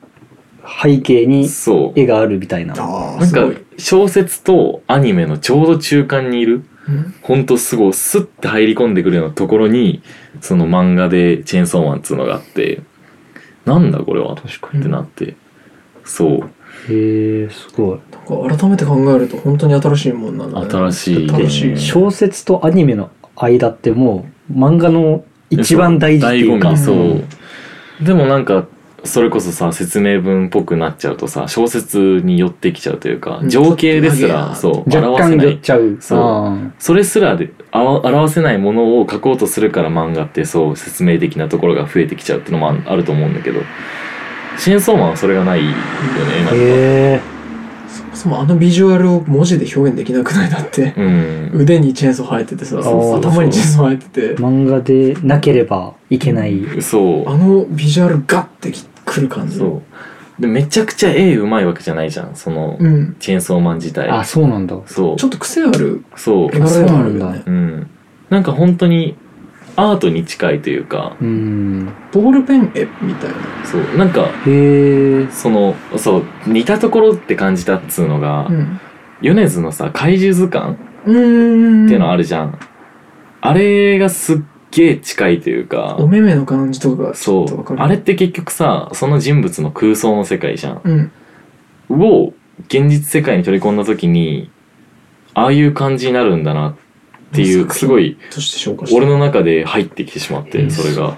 [SPEAKER 1] 背景に
[SPEAKER 2] そう
[SPEAKER 1] 絵があるみたいな
[SPEAKER 3] ああ
[SPEAKER 2] なん
[SPEAKER 3] すご
[SPEAKER 2] か
[SPEAKER 3] い、
[SPEAKER 2] 小説とアニメのちょうど中間にいる
[SPEAKER 3] うん
[SPEAKER 2] ほんとすごいスッて入り込んでくるようなところにその漫画で「チェーンソーマン」っつうのがあってなんだこれはっ
[SPEAKER 1] 確か
[SPEAKER 2] てなってそう
[SPEAKER 1] にへえすごい
[SPEAKER 3] なんか改めて考えると本当に新しいもんなんだね
[SPEAKER 2] 新しい、ね、
[SPEAKER 3] 楽しい
[SPEAKER 1] 小説とアニメの間ってもう漫画の一番大事っていうか
[SPEAKER 2] 醍醐味そう、でもなんかそれこそさ説明文っぽくなっちゃうとさ小説に寄ってきちゃうというか
[SPEAKER 3] うん
[SPEAKER 2] 情景です
[SPEAKER 3] ちょっとハゲな
[SPEAKER 2] らそう
[SPEAKER 1] 若
[SPEAKER 2] 表せ
[SPEAKER 1] 干
[SPEAKER 2] な
[SPEAKER 1] 寄っ
[SPEAKER 2] い
[SPEAKER 1] ちゃう
[SPEAKER 2] そう
[SPEAKER 1] あ
[SPEAKER 2] それすらであわ表せないものを書こうとするから漫画ってそう説明的なところが増えてきちゃうってのもああると思うんだけどシンソーマンはそれがないよね
[SPEAKER 1] ー
[SPEAKER 2] 今
[SPEAKER 1] へえ
[SPEAKER 3] そもそもあのビジュアルを文字で表現できなくないだって
[SPEAKER 2] うん
[SPEAKER 3] 腕にチェーンソー生えててさ
[SPEAKER 2] そう
[SPEAKER 1] そうそう
[SPEAKER 3] 頭にチェーンソー生えてて
[SPEAKER 1] 漫画でなければいけない
[SPEAKER 2] そう
[SPEAKER 3] あのビジュアルガッてきくる感じ
[SPEAKER 2] そうでめちゃくちゃ絵うまいわけじゃないじゃんその、
[SPEAKER 3] うん
[SPEAKER 2] チェーンソーマン自体
[SPEAKER 1] あそうなんだ
[SPEAKER 2] そう
[SPEAKER 3] ちょっと癖ある
[SPEAKER 2] そう
[SPEAKER 3] 絵柄でもあるよね
[SPEAKER 2] うんなんか本当にアートに近いというか
[SPEAKER 1] うん
[SPEAKER 3] ボールペン絵みたいな
[SPEAKER 2] そうなんか
[SPEAKER 1] へえ
[SPEAKER 2] そのそう似たところって感じたっつうのが、
[SPEAKER 3] うん
[SPEAKER 2] 米津のさ怪獣図鑑
[SPEAKER 3] うーん
[SPEAKER 2] っていうのあるじゃん、あれがすっげえ近いというか
[SPEAKER 3] お目目の感じとかがち
[SPEAKER 2] そ
[SPEAKER 3] ょっとわ
[SPEAKER 2] う
[SPEAKER 3] かる
[SPEAKER 2] あれって結局さその人物の空想の世界じゃん
[SPEAKER 3] うん
[SPEAKER 2] を現実世界に取り込んだ時にああいう感じになるんだなっていうすごい
[SPEAKER 3] として消化して
[SPEAKER 2] 俺の中で入ってきてしまってそれが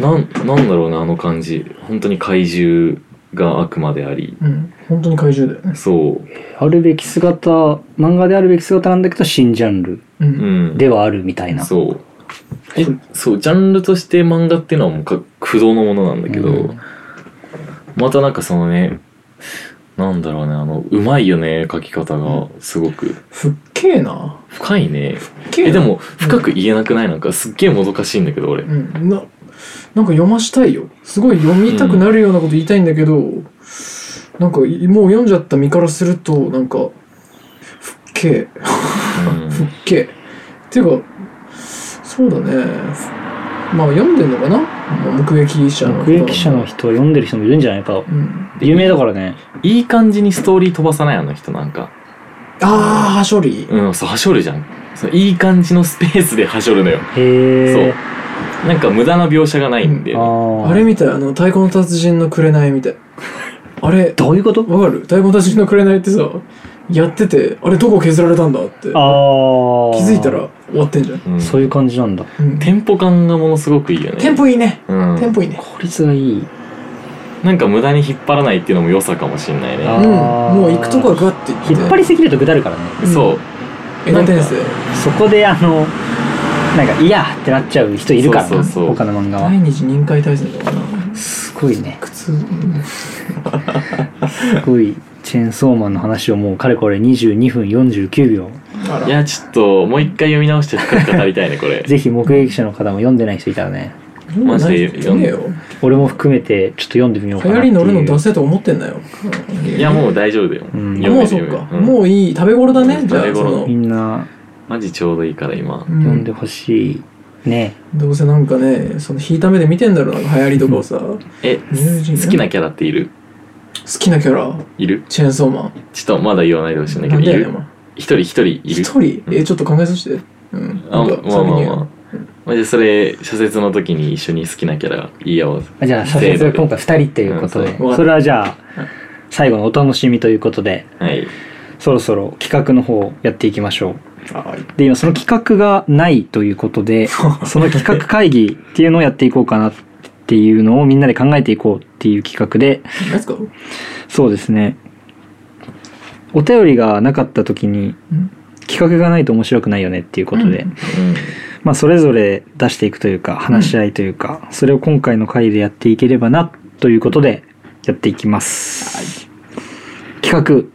[SPEAKER 2] なんなんだろうなあの感じ本当に怪獣が悪魔であり
[SPEAKER 3] うん本当に怪獣だよね
[SPEAKER 2] そう
[SPEAKER 1] あるべき姿漫画であるべき姿なんだけど新ジャンル
[SPEAKER 3] う
[SPEAKER 2] うんん
[SPEAKER 1] ではあるみたいな
[SPEAKER 2] そうえそうジャンルとして漫画っていうのはもうか不動のものなんだけど、
[SPEAKER 1] うん
[SPEAKER 2] またなんかそのねなんだろうねあのうまいよね書き方がすごく
[SPEAKER 3] ふっけえな
[SPEAKER 2] 深いね
[SPEAKER 3] ふっけえな
[SPEAKER 2] えでも深く言えなくないなんかすっげえもどかしいんだけど俺
[SPEAKER 3] うん、ななんか読ましたいよすごい読みたくなるようなこと言いたいんだけど、なんかいもう読んじゃった身からするとなんかふっけえ
[SPEAKER 2] うん
[SPEAKER 3] ふっけえっていうかそうだねふまあ読んでんのかなまあ目撃者の
[SPEAKER 1] 目撃者の人読んでる人もいるんじゃないか
[SPEAKER 3] うん、
[SPEAKER 1] 有名だからね
[SPEAKER 2] いい感じにストーリー飛ばさないあの人なんか
[SPEAKER 3] ああ処理
[SPEAKER 2] うんそうはしょるじゃんそういい感じのスペースではしょるのよ
[SPEAKER 1] へえ
[SPEAKER 2] なんか無駄な描写がないんで、
[SPEAKER 1] あ
[SPEAKER 3] あれ
[SPEAKER 1] れ
[SPEAKER 3] みたいあの太鼓の達人の紅みたい あれ
[SPEAKER 1] どういうこと
[SPEAKER 3] わかる太鼓の達人の紅ってさやっててあれどこ削られたんだって
[SPEAKER 1] ああ
[SPEAKER 3] 気づいたら終わってんじゃん、
[SPEAKER 2] うん
[SPEAKER 1] そういう感じなんだ
[SPEAKER 3] うん
[SPEAKER 2] テンポ感がものすごくいいよね
[SPEAKER 3] テンポいいね。
[SPEAKER 2] うん
[SPEAKER 3] テンポいいね。
[SPEAKER 1] 効率がいい
[SPEAKER 2] なんか無駄に引っ張らないっていうのも良さかもしんない
[SPEAKER 1] あ
[SPEAKER 3] うん。
[SPEAKER 2] ね。
[SPEAKER 1] ー
[SPEAKER 3] もう行くとこはグワッて行って。
[SPEAKER 1] 引っ張りすぎると下るからね
[SPEAKER 3] ん
[SPEAKER 2] そう。
[SPEAKER 3] 江ノ天生。
[SPEAKER 1] そこであのなんか「いや!」ってなっちゃう人いるから
[SPEAKER 2] そう
[SPEAKER 1] な
[SPEAKER 2] そうそう
[SPEAKER 1] 他の漫画
[SPEAKER 3] 第
[SPEAKER 1] は
[SPEAKER 3] 二次忍界大戦だからな。
[SPEAKER 1] すごいね
[SPEAKER 3] 苦痛。うん
[SPEAKER 1] すごいチェーンソーマンの話をもうかれこれ22分49秒
[SPEAKER 3] あら
[SPEAKER 2] いや、ちょっと、もう一回読み直して深く語りたいね、こ れ。
[SPEAKER 1] ぜひ目撃者の方も読んでない人いたらね
[SPEAKER 2] マジで
[SPEAKER 3] 読んねえよ。
[SPEAKER 1] 俺も含めてちょっと読んでみようか
[SPEAKER 3] 流
[SPEAKER 1] な
[SPEAKER 3] 行
[SPEAKER 1] ってい
[SPEAKER 3] り
[SPEAKER 1] う
[SPEAKER 3] 乗るの出せと思ってんなよ。
[SPEAKER 2] いや、もう大丈夫だよ。
[SPEAKER 1] うん
[SPEAKER 2] 読め
[SPEAKER 3] あも
[SPEAKER 2] る
[SPEAKER 3] うそ
[SPEAKER 2] 読
[SPEAKER 3] っ
[SPEAKER 2] める
[SPEAKER 3] か。
[SPEAKER 2] うん
[SPEAKER 3] もういい。食べ頃だね。じゃあ、
[SPEAKER 2] 食べ
[SPEAKER 3] そ
[SPEAKER 2] 頃
[SPEAKER 3] の
[SPEAKER 1] み。んな
[SPEAKER 2] マジちょうどいいから、今
[SPEAKER 3] う。
[SPEAKER 1] 読んで
[SPEAKER 3] ん
[SPEAKER 1] ほしいね
[SPEAKER 3] どうせなんかね、その引いた目で見てんだろうな、流行りとかをさ。好
[SPEAKER 2] え、
[SPEAKER 3] 友人
[SPEAKER 2] 好きなキャラっている
[SPEAKER 3] きなキャラ、
[SPEAKER 2] いる
[SPEAKER 3] チェーンソーマン。
[SPEAKER 2] ちょっとまだ言わないでほしいんだ
[SPEAKER 3] な
[SPEAKER 2] け
[SPEAKER 3] ん
[SPEAKER 2] ど、い
[SPEAKER 3] だよね、お
[SPEAKER 2] る
[SPEAKER 3] 前
[SPEAKER 2] 一人一人い
[SPEAKER 3] 一
[SPEAKER 2] る
[SPEAKER 3] 人。
[SPEAKER 2] う
[SPEAKER 3] え、
[SPEAKER 2] ん
[SPEAKER 3] ちょっと考えさせて。うん。
[SPEAKER 2] あ、まあ
[SPEAKER 3] なんか
[SPEAKER 2] まあ
[SPEAKER 3] 先に
[SPEAKER 2] ま
[SPEAKER 3] 言
[SPEAKER 2] あ
[SPEAKER 3] う。
[SPEAKER 2] まあ。じゃあそれ、小説の時に一緒に好きなキャラ言い合おう。
[SPEAKER 1] じゃあ早
[SPEAKER 2] せーの
[SPEAKER 1] 速
[SPEAKER 2] で
[SPEAKER 1] 今回2人っていうことで、
[SPEAKER 2] うん
[SPEAKER 3] そう
[SPEAKER 1] それはじゃあ
[SPEAKER 3] うん
[SPEAKER 1] 最後のお楽しみということで
[SPEAKER 2] はい。
[SPEAKER 1] そろそろ企画の方やっていきましょう
[SPEAKER 3] はい。
[SPEAKER 1] で今その企画がないということでその企画会議っていうのをやっていこうかなっていうのをみんなで考えていこうっていう企画で
[SPEAKER 3] 何すか
[SPEAKER 1] そうですねお便りがなかった時に
[SPEAKER 3] うん
[SPEAKER 1] 企画がないと面白くないよねっていうことで、
[SPEAKER 3] うん
[SPEAKER 1] まあそれぞれ出していくというか話し合いというか、それを今回の回でやっていければなということでやっていきます、企画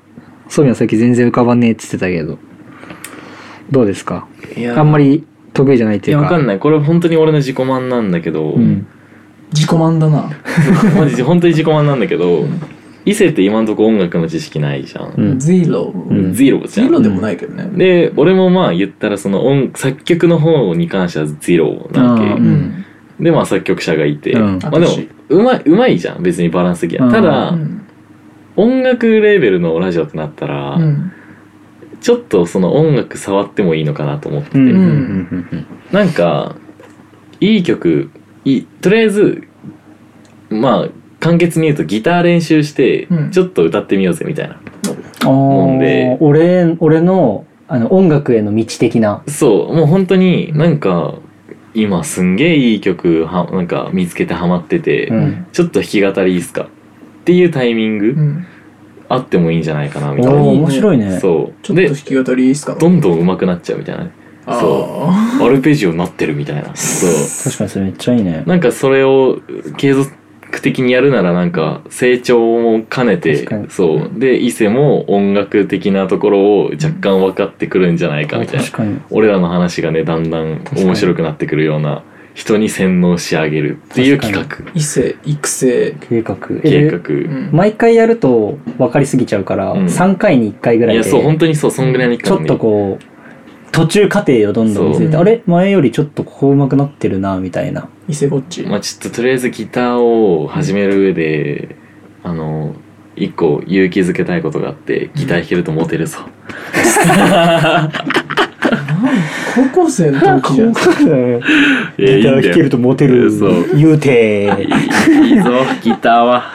[SPEAKER 1] そうみはさっき全然浮かばねえって言ってたけどどうですか
[SPEAKER 2] うん。いや
[SPEAKER 1] あんま
[SPEAKER 2] い
[SPEAKER 1] り得意じゃないってい
[SPEAKER 2] や、
[SPEAKER 1] う
[SPEAKER 2] わ
[SPEAKER 1] か
[SPEAKER 2] かんない。これ本当に俺の自己満なんだけど、
[SPEAKER 1] うん、
[SPEAKER 3] 自己満だな。
[SPEAKER 2] マジで本当に自己満なんだけど、伊勢って今んとこ音楽の知識ないじゃん。
[SPEAKER 1] うん
[SPEAKER 3] ゼロ。
[SPEAKER 1] ん
[SPEAKER 2] ゼロじゃ
[SPEAKER 3] ゼ
[SPEAKER 2] ん。
[SPEAKER 3] ロでもないけどね。
[SPEAKER 2] で、俺もまあ言ったらその音、作曲の方に関してはゼロなわ
[SPEAKER 1] あーう
[SPEAKER 2] け。
[SPEAKER 1] ん
[SPEAKER 2] で、まあ作曲者がいて。
[SPEAKER 1] うん
[SPEAKER 2] まあでも
[SPEAKER 3] 私、
[SPEAKER 2] うまい、うまいじゃん。別にバランス的に
[SPEAKER 1] う
[SPEAKER 2] は。
[SPEAKER 1] ん
[SPEAKER 2] た
[SPEAKER 3] う
[SPEAKER 2] だ、
[SPEAKER 3] ん。
[SPEAKER 2] 音楽レーベルのラジオってなったら、
[SPEAKER 3] うん。
[SPEAKER 2] ちょっとその音楽触ってもいいのかなと思ってて。
[SPEAKER 1] うんうん
[SPEAKER 2] なんか、いい曲、いい、とりあえず、まあ、簡潔に言うとギター練習して
[SPEAKER 3] う、ん
[SPEAKER 2] ちょっと歌ってみようぜみたいな。
[SPEAKER 1] うん
[SPEAKER 2] ん
[SPEAKER 1] あー
[SPEAKER 2] で
[SPEAKER 1] 俺俺のあの音楽への道的な
[SPEAKER 2] そう、もう本当になんか、今すんげえいい曲はなんか見つけてハマってて、
[SPEAKER 1] うん
[SPEAKER 2] ちょっと弾き語りいいっすかっていうタイミング、
[SPEAKER 3] うん、
[SPEAKER 2] あってもいいんじゃないかなみ
[SPEAKER 1] お
[SPEAKER 2] たい
[SPEAKER 1] ー
[SPEAKER 2] な、
[SPEAKER 1] 面白いね
[SPEAKER 2] そ
[SPEAKER 3] ちょ
[SPEAKER 2] う
[SPEAKER 3] っと
[SPEAKER 2] で
[SPEAKER 3] 弾き語りいいっすか
[SPEAKER 2] どんどん上手くなっちゃうみたいなね
[SPEAKER 3] あ
[SPEAKER 2] そ
[SPEAKER 3] あ
[SPEAKER 2] アルペジオになってるみたいなそ
[SPEAKER 1] 確かにそれめっちゃいいね
[SPEAKER 2] うなんかそれを継続的にやるならなんか成長も兼ねて
[SPEAKER 1] 確かに
[SPEAKER 2] そうで伊勢も音楽的なところを若干分かってくるんじゃないかみたいな
[SPEAKER 1] 確かに
[SPEAKER 2] 俺らの話がねだんだん
[SPEAKER 1] かに
[SPEAKER 2] 面白くなってくるような人に洗脳し上げるっていう企画
[SPEAKER 3] 異性育成
[SPEAKER 1] 計画
[SPEAKER 2] 計
[SPEAKER 1] え
[SPEAKER 2] 画、
[SPEAKER 3] うん
[SPEAKER 1] 毎回やると分かりすぎちゃうから、
[SPEAKER 2] うん
[SPEAKER 1] 3回に1回ぐら
[SPEAKER 2] い
[SPEAKER 1] いで
[SPEAKER 2] やそう本当にそうそんぐらいの期
[SPEAKER 1] ちょ
[SPEAKER 2] 間
[SPEAKER 1] っ
[SPEAKER 2] に
[SPEAKER 1] とこう途中過程をどんどん見せて
[SPEAKER 3] そう
[SPEAKER 1] あれ前よりちょっとここうまくなってるなみたいな
[SPEAKER 3] 異性こっち、
[SPEAKER 2] まあちょっととりあえずギターを始める上で、あの一個勇気づけたいことがあってギター弾けるとモテるぞ、
[SPEAKER 3] 高校生の時 じゃ
[SPEAKER 2] い
[SPEAKER 3] ん
[SPEAKER 2] やいいんだよ
[SPEAKER 1] とモテ
[SPEAKER 2] そう
[SPEAKER 1] 言うて
[SPEAKER 2] いいいいぞギターは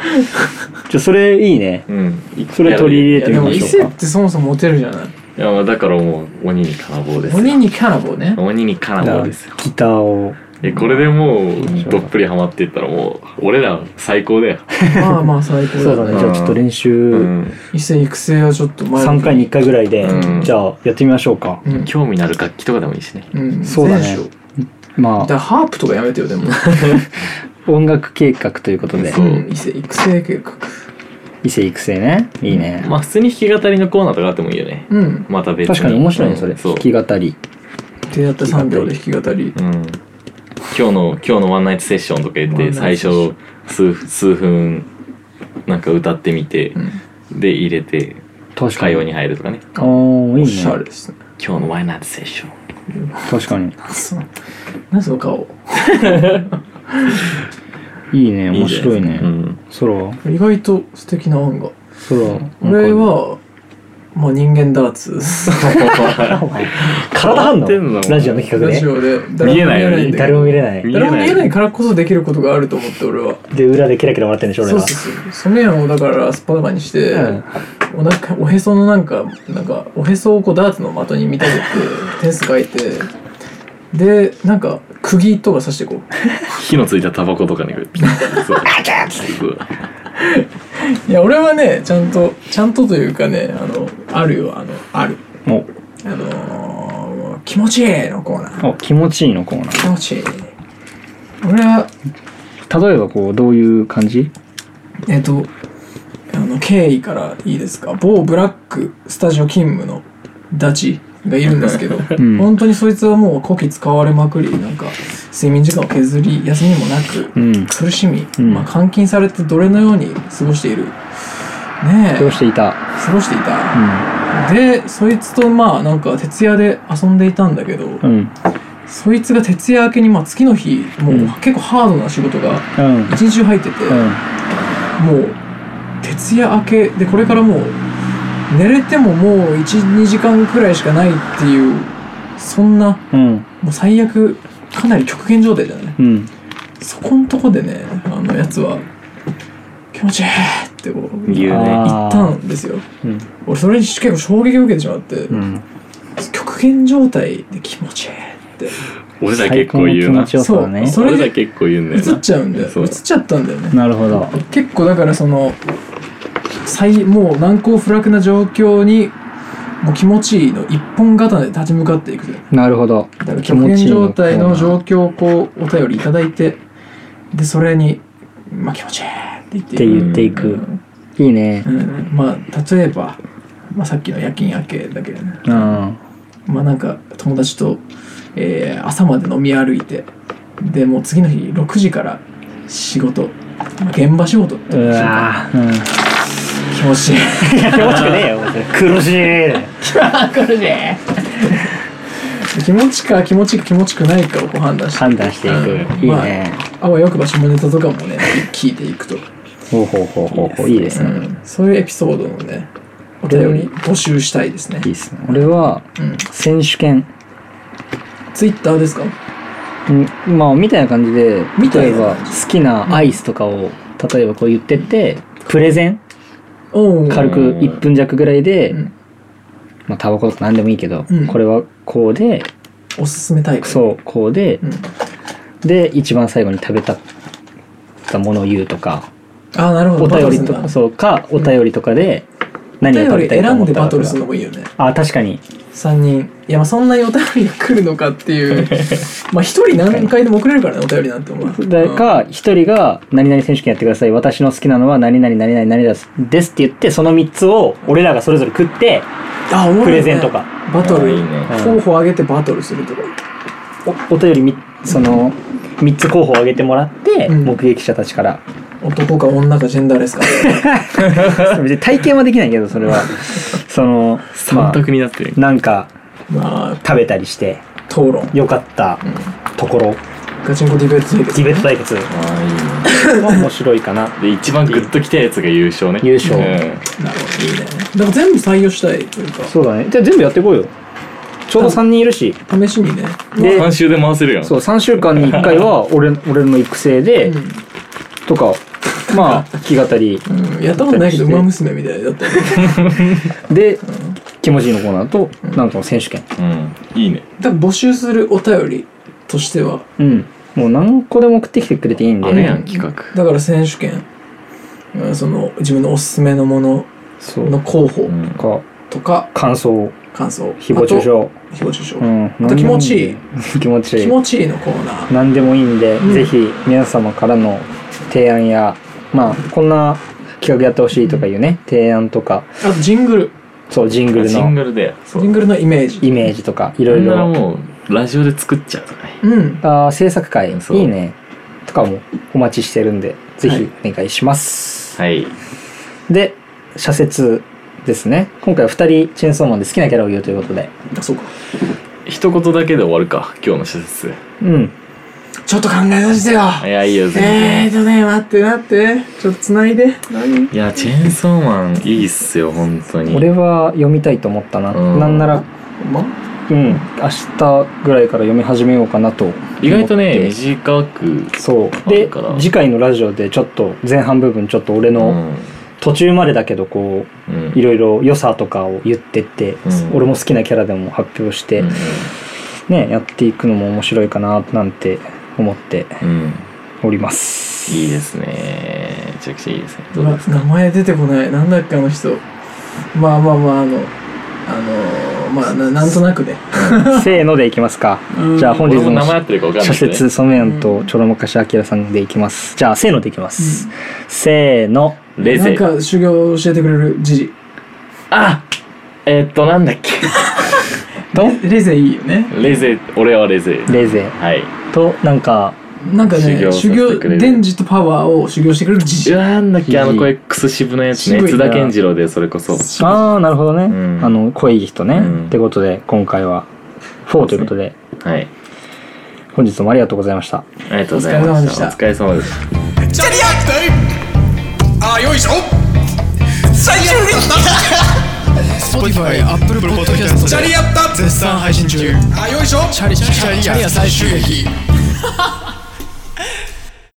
[SPEAKER 1] じゃそれいいね
[SPEAKER 2] うん
[SPEAKER 1] それ取り入れて
[SPEAKER 3] で
[SPEAKER 1] み
[SPEAKER 3] も
[SPEAKER 1] ま
[SPEAKER 3] 異
[SPEAKER 1] しょ
[SPEAKER 3] 性
[SPEAKER 1] う
[SPEAKER 3] っ
[SPEAKER 1] か
[SPEAKER 3] てそもそもモテるじゃない
[SPEAKER 2] いやまあだからもう鬼に金棒ですよ
[SPEAKER 3] 鬼にキャラボね
[SPEAKER 2] 鬼に金
[SPEAKER 1] じゃ
[SPEAKER 2] 棒
[SPEAKER 1] あ
[SPEAKER 2] ですよ
[SPEAKER 1] ギターを
[SPEAKER 2] えこれでもうどっぷりハマっていったらもう俺ら最高だよ、
[SPEAKER 3] まあまあ最高
[SPEAKER 1] そう
[SPEAKER 3] だ
[SPEAKER 1] だ
[SPEAKER 3] ね
[SPEAKER 1] ねじゃあちょっと練
[SPEAKER 2] う
[SPEAKER 1] 習
[SPEAKER 2] ん、
[SPEAKER 3] 異性育成はちょっと前
[SPEAKER 1] 3回に1回ぐらいで
[SPEAKER 2] うん
[SPEAKER 1] じゃあやってみましょうか
[SPEAKER 3] うん
[SPEAKER 2] 興味のある楽器とかでもいいしね
[SPEAKER 3] うん
[SPEAKER 1] そうだね
[SPEAKER 3] 全種
[SPEAKER 1] ま
[SPEAKER 3] だか
[SPEAKER 1] あ
[SPEAKER 3] らハープとかやめてよでも
[SPEAKER 1] 音楽計画ということで
[SPEAKER 2] そう
[SPEAKER 3] うん異性育成計画
[SPEAKER 1] 異性育成ねいいね
[SPEAKER 2] まあ普通に弾き語りのコーナーとかあってもいいよね
[SPEAKER 3] うん
[SPEAKER 2] また別に
[SPEAKER 1] 確かに面白いね
[SPEAKER 2] うん
[SPEAKER 1] それ
[SPEAKER 2] そう
[SPEAKER 1] 弾き語り
[SPEAKER 3] 手やった3秒で弾き語り
[SPEAKER 2] うん、今日の今日のワンナイトセッションとか言っ
[SPEAKER 3] ワン
[SPEAKER 2] て
[SPEAKER 3] ナ
[SPEAKER 2] 最
[SPEAKER 3] イトセッショ
[SPEAKER 2] 初数数分なんか歌ってみて
[SPEAKER 3] う、ん
[SPEAKER 2] で入れて
[SPEAKER 1] 確か
[SPEAKER 2] 会話
[SPEAKER 1] に
[SPEAKER 2] に入るとかね
[SPEAKER 1] おーい
[SPEAKER 3] お
[SPEAKER 1] い
[SPEAKER 3] しゃれ
[SPEAKER 1] ね
[SPEAKER 3] ですね
[SPEAKER 2] 今日のワンナイトセッション
[SPEAKER 1] 確かに
[SPEAKER 3] そう何その顔
[SPEAKER 1] いいね
[SPEAKER 2] い
[SPEAKER 1] 面
[SPEAKER 2] いじゃな
[SPEAKER 1] 白い
[SPEAKER 2] いですかう
[SPEAKER 1] ね
[SPEAKER 2] ん
[SPEAKER 1] ソロは
[SPEAKER 3] 意外と素敵な案が
[SPEAKER 1] ソロは
[SPEAKER 3] 俺はまあ人間ダー ツ
[SPEAKER 1] 体反
[SPEAKER 2] 変わ
[SPEAKER 1] 応
[SPEAKER 2] ってんの
[SPEAKER 1] ラジオの企画
[SPEAKER 3] ラ
[SPEAKER 1] ね
[SPEAKER 3] ジオで
[SPEAKER 2] 見えないよね
[SPEAKER 3] んだけ
[SPEAKER 1] 誰
[SPEAKER 3] ど
[SPEAKER 1] も見れない
[SPEAKER 2] 見え
[SPEAKER 3] 誰も見えないからこそできることがあると思って俺は
[SPEAKER 1] で裏でキラキラ笑ってんでしょ
[SPEAKER 3] そう
[SPEAKER 1] 俺
[SPEAKER 3] そう
[SPEAKER 1] ら
[SPEAKER 3] そうそのやんをだからスパダバにして、
[SPEAKER 1] うん
[SPEAKER 3] おなんかおへそのなんかなんかおへそをこうダーツの的に見立てて点数書いてでなんか釘とか刺してこ
[SPEAKER 2] 火のついたタバコとかねこうピッてそうそう
[SPEAKER 3] ういや俺はねちゃんとちゃんとというかねあのあるよあのある
[SPEAKER 1] お
[SPEAKER 3] あのー、気持ちいいのコーナー
[SPEAKER 1] お気持ちいいのコーナ
[SPEAKER 3] 気持ちいい俺は
[SPEAKER 1] ー例えばこうどういう感じ
[SPEAKER 3] えっ、とあの経緯からいいですか某ブラックスタジオ勤務のダチがいるんですけど、
[SPEAKER 1] ん
[SPEAKER 3] 本当にそいつはもうこき使われまくりなんか睡眠時間を削り休みもなく
[SPEAKER 1] うん
[SPEAKER 3] 苦しみ、
[SPEAKER 1] うん
[SPEAKER 3] まあ、監禁されて奴隷のように過ごしているねえ
[SPEAKER 1] どうしていた
[SPEAKER 3] 過ごしていた、
[SPEAKER 1] う
[SPEAKER 3] でそいつとまあなんか徹夜で遊んでいたんだけど、
[SPEAKER 1] んうん
[SPEAKER 3] そいつが徹夜明けに、まあ、月の日もう
[SPEAKER 1] うん
[SPEAKER 3] 結構ハードな仕事が
[SPEAKER 1] うん
[SPEAKER 3] 一日中入ってて、
[SPEAKER 1] うん
[SPEAKER 3] もう徹夜明けでこれからもう寝れてももう12時間くらいしかないっていうそんな
[SPEAKER 1] うん
[SPEAKER 3] もう最悪かなり極限状態じゃない
[SPEAKER 1] うん
[SPEAKER 3] そこんとこでねあのやつは「気持ちいい!」ってこう
[SPEAKER 2] 言
[SPEAKER 3] 言
[SPEAKER 2] うね
[SPEAKER 1] あー
[SPEAKER 3] ったんですよ
[SPEAKER 1] うん
[SPEAKER 3] 俺それに結構衝撃を受けてしまって、
[SPEAKER 1] うん
[SPEAKER 3] 極限状態で気持ちいいって
[SPEAKER 2] 俺ら結構言う
[SPEAKER 1] 最高の
[SPEAKER 2] な
[SPEAKER 1] 気持ちよさだね
[SPEAKER 3] それ
[SPEAKER 2] 俺ら結構言うんだよ
[SPEAKER 3] 映っ
[SPEAKER 2] な
[SPEAKER 3] ちゃうんだよ
[SPEAKER 2] そ
[SPEAKER 3] 映
[SPEAKER 2] う
[SPEAKER 3] っちゃったんだよね
[SPEAKER 1] なるほど
[SPEAKER 3] 結構だからその最もう難攻不落な状況にもう気持ちいいの一本刀で立ち向かっていくぜ
[SPEAKER 1] なるほど
[SPEAKER 3] だから極限状態の状況をこうお便りいただいてでそれに「まあ、気持ちいい」
[SPEAKER 1] っ
[SPEAKER 3] って言っ
[SPEAKER 1] て
[SPEAKER 3] て
[SPEAKER 1] 言っていくいいね
[SPEAKER 3] うんうんまあ例えば、まあ、さっきの夜勤明けだけどね
[SPEAKER 1] うん
[SPEAKER 3] まあなんか友達と、えー朝まで飲み歩いてでもう次の日6時から仕事、まあ、現場仕事って
[SPEAKER 1] うわぁうん
[SPEAKER 3] 気持ちいい
[SPEAKER 1] 気持ちくねえよ苦しい
[SPEAKER 3] これね気持ちか気持ちか気持ちくないかをこう判断して
[SPEAKER 1] 判断していくいい
[SPEAKER 3] まあ
[SPEAKER 1] ね
[SPEAKER 3] あわよくば下ネタとかもね聞いていくと、
[SPEAKER 1] ほうほうほうほうほういいですね
[SPEAKER 3] そういうエピソードのねお便り募集したいですね
[SPEAKER 1] いいですね俺は
[SPEAKER 3] うん
[SPEAKER 1] 選手権
[SPEAKER 3] ツイッターですか
[SPEAKER 1] うんまあみたいな感じで
[SPEAKER 3] みた
[SPEAKER 1] 例え
[SPEAKER 3] いな
[SPEAKER 1] ば
[SPEAKER 3] 感
[SPEAKER 1] 好きなアイスとかを例えばこう言ってってプレゼン
[SPEAKER 3] おう
[SPEAKER 1] 軽く
[SPEAKER 2] うん
[SPEAKER 1] 1分弱ぐらいで
[SPEAKER 3] うん
[SPEAKER 1] まあタバコとか何でもいいけど
[SPEAKER 3] うん
[SPEAKER 1] これはこうで
[SPEAKER 3] おすすめタイプ
[SPEAKER 1] そうこうで
[SPEAKER 3] うん
[SPEAKER 1] で一番最後に食べたったものを言うとか
[SPEAKER 3] ああなるほど
[SPEAKER 1] お便り
[SPEAKER 3] バトルす
[SPEAKER 1] と
[SPEAKER 3] んだ
[SPEAKER 1] かそうかお便りとかで何を
[SPEAKER 3] お
[SPEAKER 1] 食
[SPEAKER 3] 便り
[SPEAKER 1] べたいと
[SPEAKER 3] 選
[SPEAKER 1] 思
[SPEAKER 3] ん
[SPEAKER 1] っ
[SPEAKER 3] で
[SPEAKER 1] た
[SPEAKER 3] バ
[SPEAKER 1] か
[SPEAKER 3] ト
[SPEAKER 1] と
[SPEAKER 3] ルす
[SPEAKER 1] か
[SPEAKER 3] るのもいいよね
[SPEAKER 1] あ確かに
[SPEAKER 3] 3人いやまあそんなにお便りが来るのかっていう まあ一人何回でも送れるからねお便りなんて思う
[SPEAKER 1] 誰か一人が「何々選手権やってください私の好きなのは何々何々何々です」って言ってその3つを俺らがそれぞれ食って
[SPEAKER 3] あおもろいね
[SPEAKER 1] プレゼンとか
[SPEAKER 3] バト
[SPEAKER 2] あー
[SPEAKER 3] ル
[SPEAKER 2] いいね
[SPEAKER 3] 候補上げてバトルするとか
[SPEAKER 1] おお便りみその3つ候補を挙げてもらって
[SPEAKER 3] うん
[SPEAKER 1] 目撃者たちから
[SPEAKER 3] 男か女かジェンダーレスか
[SPEAKER 1] 別に体験はできないけどそれ はそのま
[SPEAKER 2] 三択になってる
[SPEAKER 1] あなんか
[SPEAKER 3] まあ
[SPEAKER 1] 食べたりして
[SPEAKER 3] 討論
[SPEAKER 1] よかったところ
[SPEAKER 3] ガチンコディベート対
[SPEAKER 1] デ
[SPEAKER 3] 決
[SPEAKER 1] ィベート対決は
[SPEAKER 2] ああいいね
[SPEAKER 1] 面白いかな
[SPEAKER 2] で一番グッときたやつが優勝ね
[SPEAKER 1] 優勝
[SPEAKER 2] うん
[SPEAKER 3] なるほどいいねだから全部採用したいというか
[SPEAKER 1] そうだねじゃあ全部やっていこうよちょうど3人いるし
[SPEAKER 3] 試しにね
[SPEAKER 1] で
[SPEAKER 2] 三週で回せるやん
[SPEAKER 1] そう3週間に1回は俺俺の育成で、
[SPEAKER 3] うん
[SPEAKER 1] とかまあ弾き語り
[SPEAKER 3] うんやったことないけど馬娘みたいだったよね
[SPEAKER 1] で気持ちいいのコーナーとなんかの選手権
[SPEAKER 2] うんいいね
[SPEAKER 3] 多分募集するお便りとしては
[SPEAKER 1] うんもう何個でも送ってきてくれていいん
[SPEAKER 2] あ
[SPEAKER 1] で
[SPEAKER 2] るやん
[SPEAKER 1] ね
[SPEAKER 2] 企画
[SPEAKER 3] だから選手権うんその自分のおすすめのもの
[SPEAKER 1] そう
[SPEAKER 3] の候補
[SPEAKER 2] うん
[SPEAKER 1] なんか
[SPEAKER 3] とか
[SPEAKER 1] 感想
[SPEAKER 3] 感想
[SPEAKER 1] 誹謗中傷
[SPEAKER 3] あと誹謗中傷、
[SPEAKER 1] うん
[SPEAKER 3] あと気持ちいい
[SPEAKER 1] 気持ちい
[SPEAKER 3] 気
[SPEAKER 1] い
[SPEAKER 3] 持ちいいのコーナー
[SPEAKER 1] 何でもいいんで、
[SPEAKER 3] うん
[SPEAKER 1] ぜひ皆様からの提案やまあこんな企画やってほしいとかいうね提案とか
[SPEAKER 3] あとジングル
[SPEAKER 1] そうジングル
[SPEAKER 2] シン
[SPEAKER 1] の
[SPEAKER 2] グルでそ
[SPEAKER 3] ジン
[SPEAKER 2] う
[SPEAKER 3] グルのイメージ
[SPEAKER 1] イメージとかい
[SPEAKER 2] そ
[SPEAKER 1] ろい
[SPEAKER 2] んなら
[SPEAKER 1] ろ
[SPEAKER 2] もうラジオで作っちゃうとかね
[SPEAKER 3] うん
[SPEAKER 1] あー制作会い
[SPEAKER 2] そう
[SPEAKER 1] いねとかもお待ちしてるんでぜひお願いします、
[SPEAKER 2] はい
[SPEAKER 1] で社説ですね今回は2人チェーンソーマンで好きなキャラを言うということで
[SPEAKER 3] あそうか
[SPEAKER 2] 一言だけで終わるか今日の社説
[SPEAKER 1] うん
[SPEAKER 3] ちょっと考えさせてよ
[SPEAKER 2] いやいいよ全然
[SPEAKER 3] えーとね待って待ってちょっと繋いで何
[SPEAKER 2] いやチェーンソーマンいいっすよ本当に
[SPEAKER 1] 俺は読みたいと思ったな、
[SPEAKER 2] うん
[SPEAKER 1] なんなら
[SPEAKER 3] ま
[SPEAKER 1] うん明日ぐらいから読み始めようかなと思って
[SPEAKER 2] 意外とね短く
[SPEAKER 1] そう
[SPEAKER 2] あ
[SPEAKER 1] で
[SPEAKER 2] るから
[SPEAKER 1] 次回のラジオでちょっと前半部分ちょっと俺
[SPEAKER 2] う
[SPEAKER 1] の
[SPEAKER 2] ん
[SPEAKER 1] 途中までだけどこ
[SPEAKER 2] うん
[SPEAKER 1] ういろいろ良さとかを言ってって、
[SPEAKER 2] うん
[SPEAKER 1] 俺も好きなキャラでも発表して、
[SPEAKER 2] うん
[SPEAKER 1] ねやっていくのも面白いかななんて思って
[SPEAKER 2] うん
[SPEAKER 1] おります
[SPEAKER 2] いいですねめちゃくちゃいいですねどうですか
[SPEAKER 3] 名前出てこないなんだっけあの人まあまあまああのあのまあななんとなくね
[SPEAKER 1] せーのでいきますか
[SPEAKER 3] うん
[SPEAKER 1] じゃあ本日
[SPEAKER 2] 俺も
[SPEAKER 1] の
[SPEAKER 2] 名前合ってるか分かんな
[SPEAKER 1] 社
[SPEAKER 2] いですね
[SPEAKER 1] 説ソメンとちょろまかしあきらさんでいきますじゃあせーのでいきます、
[SPEAKER 3] うん
[SPEAKER 1] せーの
[SPEAKER 2] レ
[SPEAKER 3] なん
[SPEAKER 2] ゼ
[SPEAKER 3] か修行教えてくれるじじ
[SPEAKER 2] あえーっとなんだっけ
[SPEAKER 1] と
[SPEAKER 3] レゼいいよね
[SPEAKER 2] レゼ俺はレゼ
[SPEAKER 1] レゼ
[SPEAKER 2] はい
[SPEAKER 1] となんか
[SPEAKER 3] なんかね
[SPEAKER 2] 修行させ
[SPEAKER 3] 修
[SPEAKER 2] てくれる
[SPEAKER 3] 行電磁とパワーを修行してくれるじ
[SPEAKER 2] う
[SPEAKER 3] じ
[SPEAKER 2] わーなんだっけあの声クソ渋のやつね
[SPEAKER 3] 渋い
[SPEAKER 2] 津
[SPEAKER 3] な
[SPEAKER 2] 田健次郎でそれこそ
[SPEAKER 1] ああなるほどね、
[SPEAKER 2] うん
[SPEAKER 1] あの濃い人ね、
[SPEAKER 2] うん
[SPEAKER 1] ってことで今回は4ということで
[SPEAKER 2] はい
[SPEAKER 1] 本日もありがとうございました
[SPEAKER 2] ありがとうございました
[SPEAKER 3] お
[SPEAKER 2] お疲れ様でした
[SPEAKER 4] チャリアップあよいしょ最終日
[SPEAKER 5] Spotify、Apple Podcast
[SPEAKER 4] チャ
[SPEAKER 5] で
[SPEAKER 4] リアップ
[SPEAKER 5] 絶賛配信中。
[SPEAKER 4] あよいしょ
[SPEAKER 5] チャリチャリア最終劇。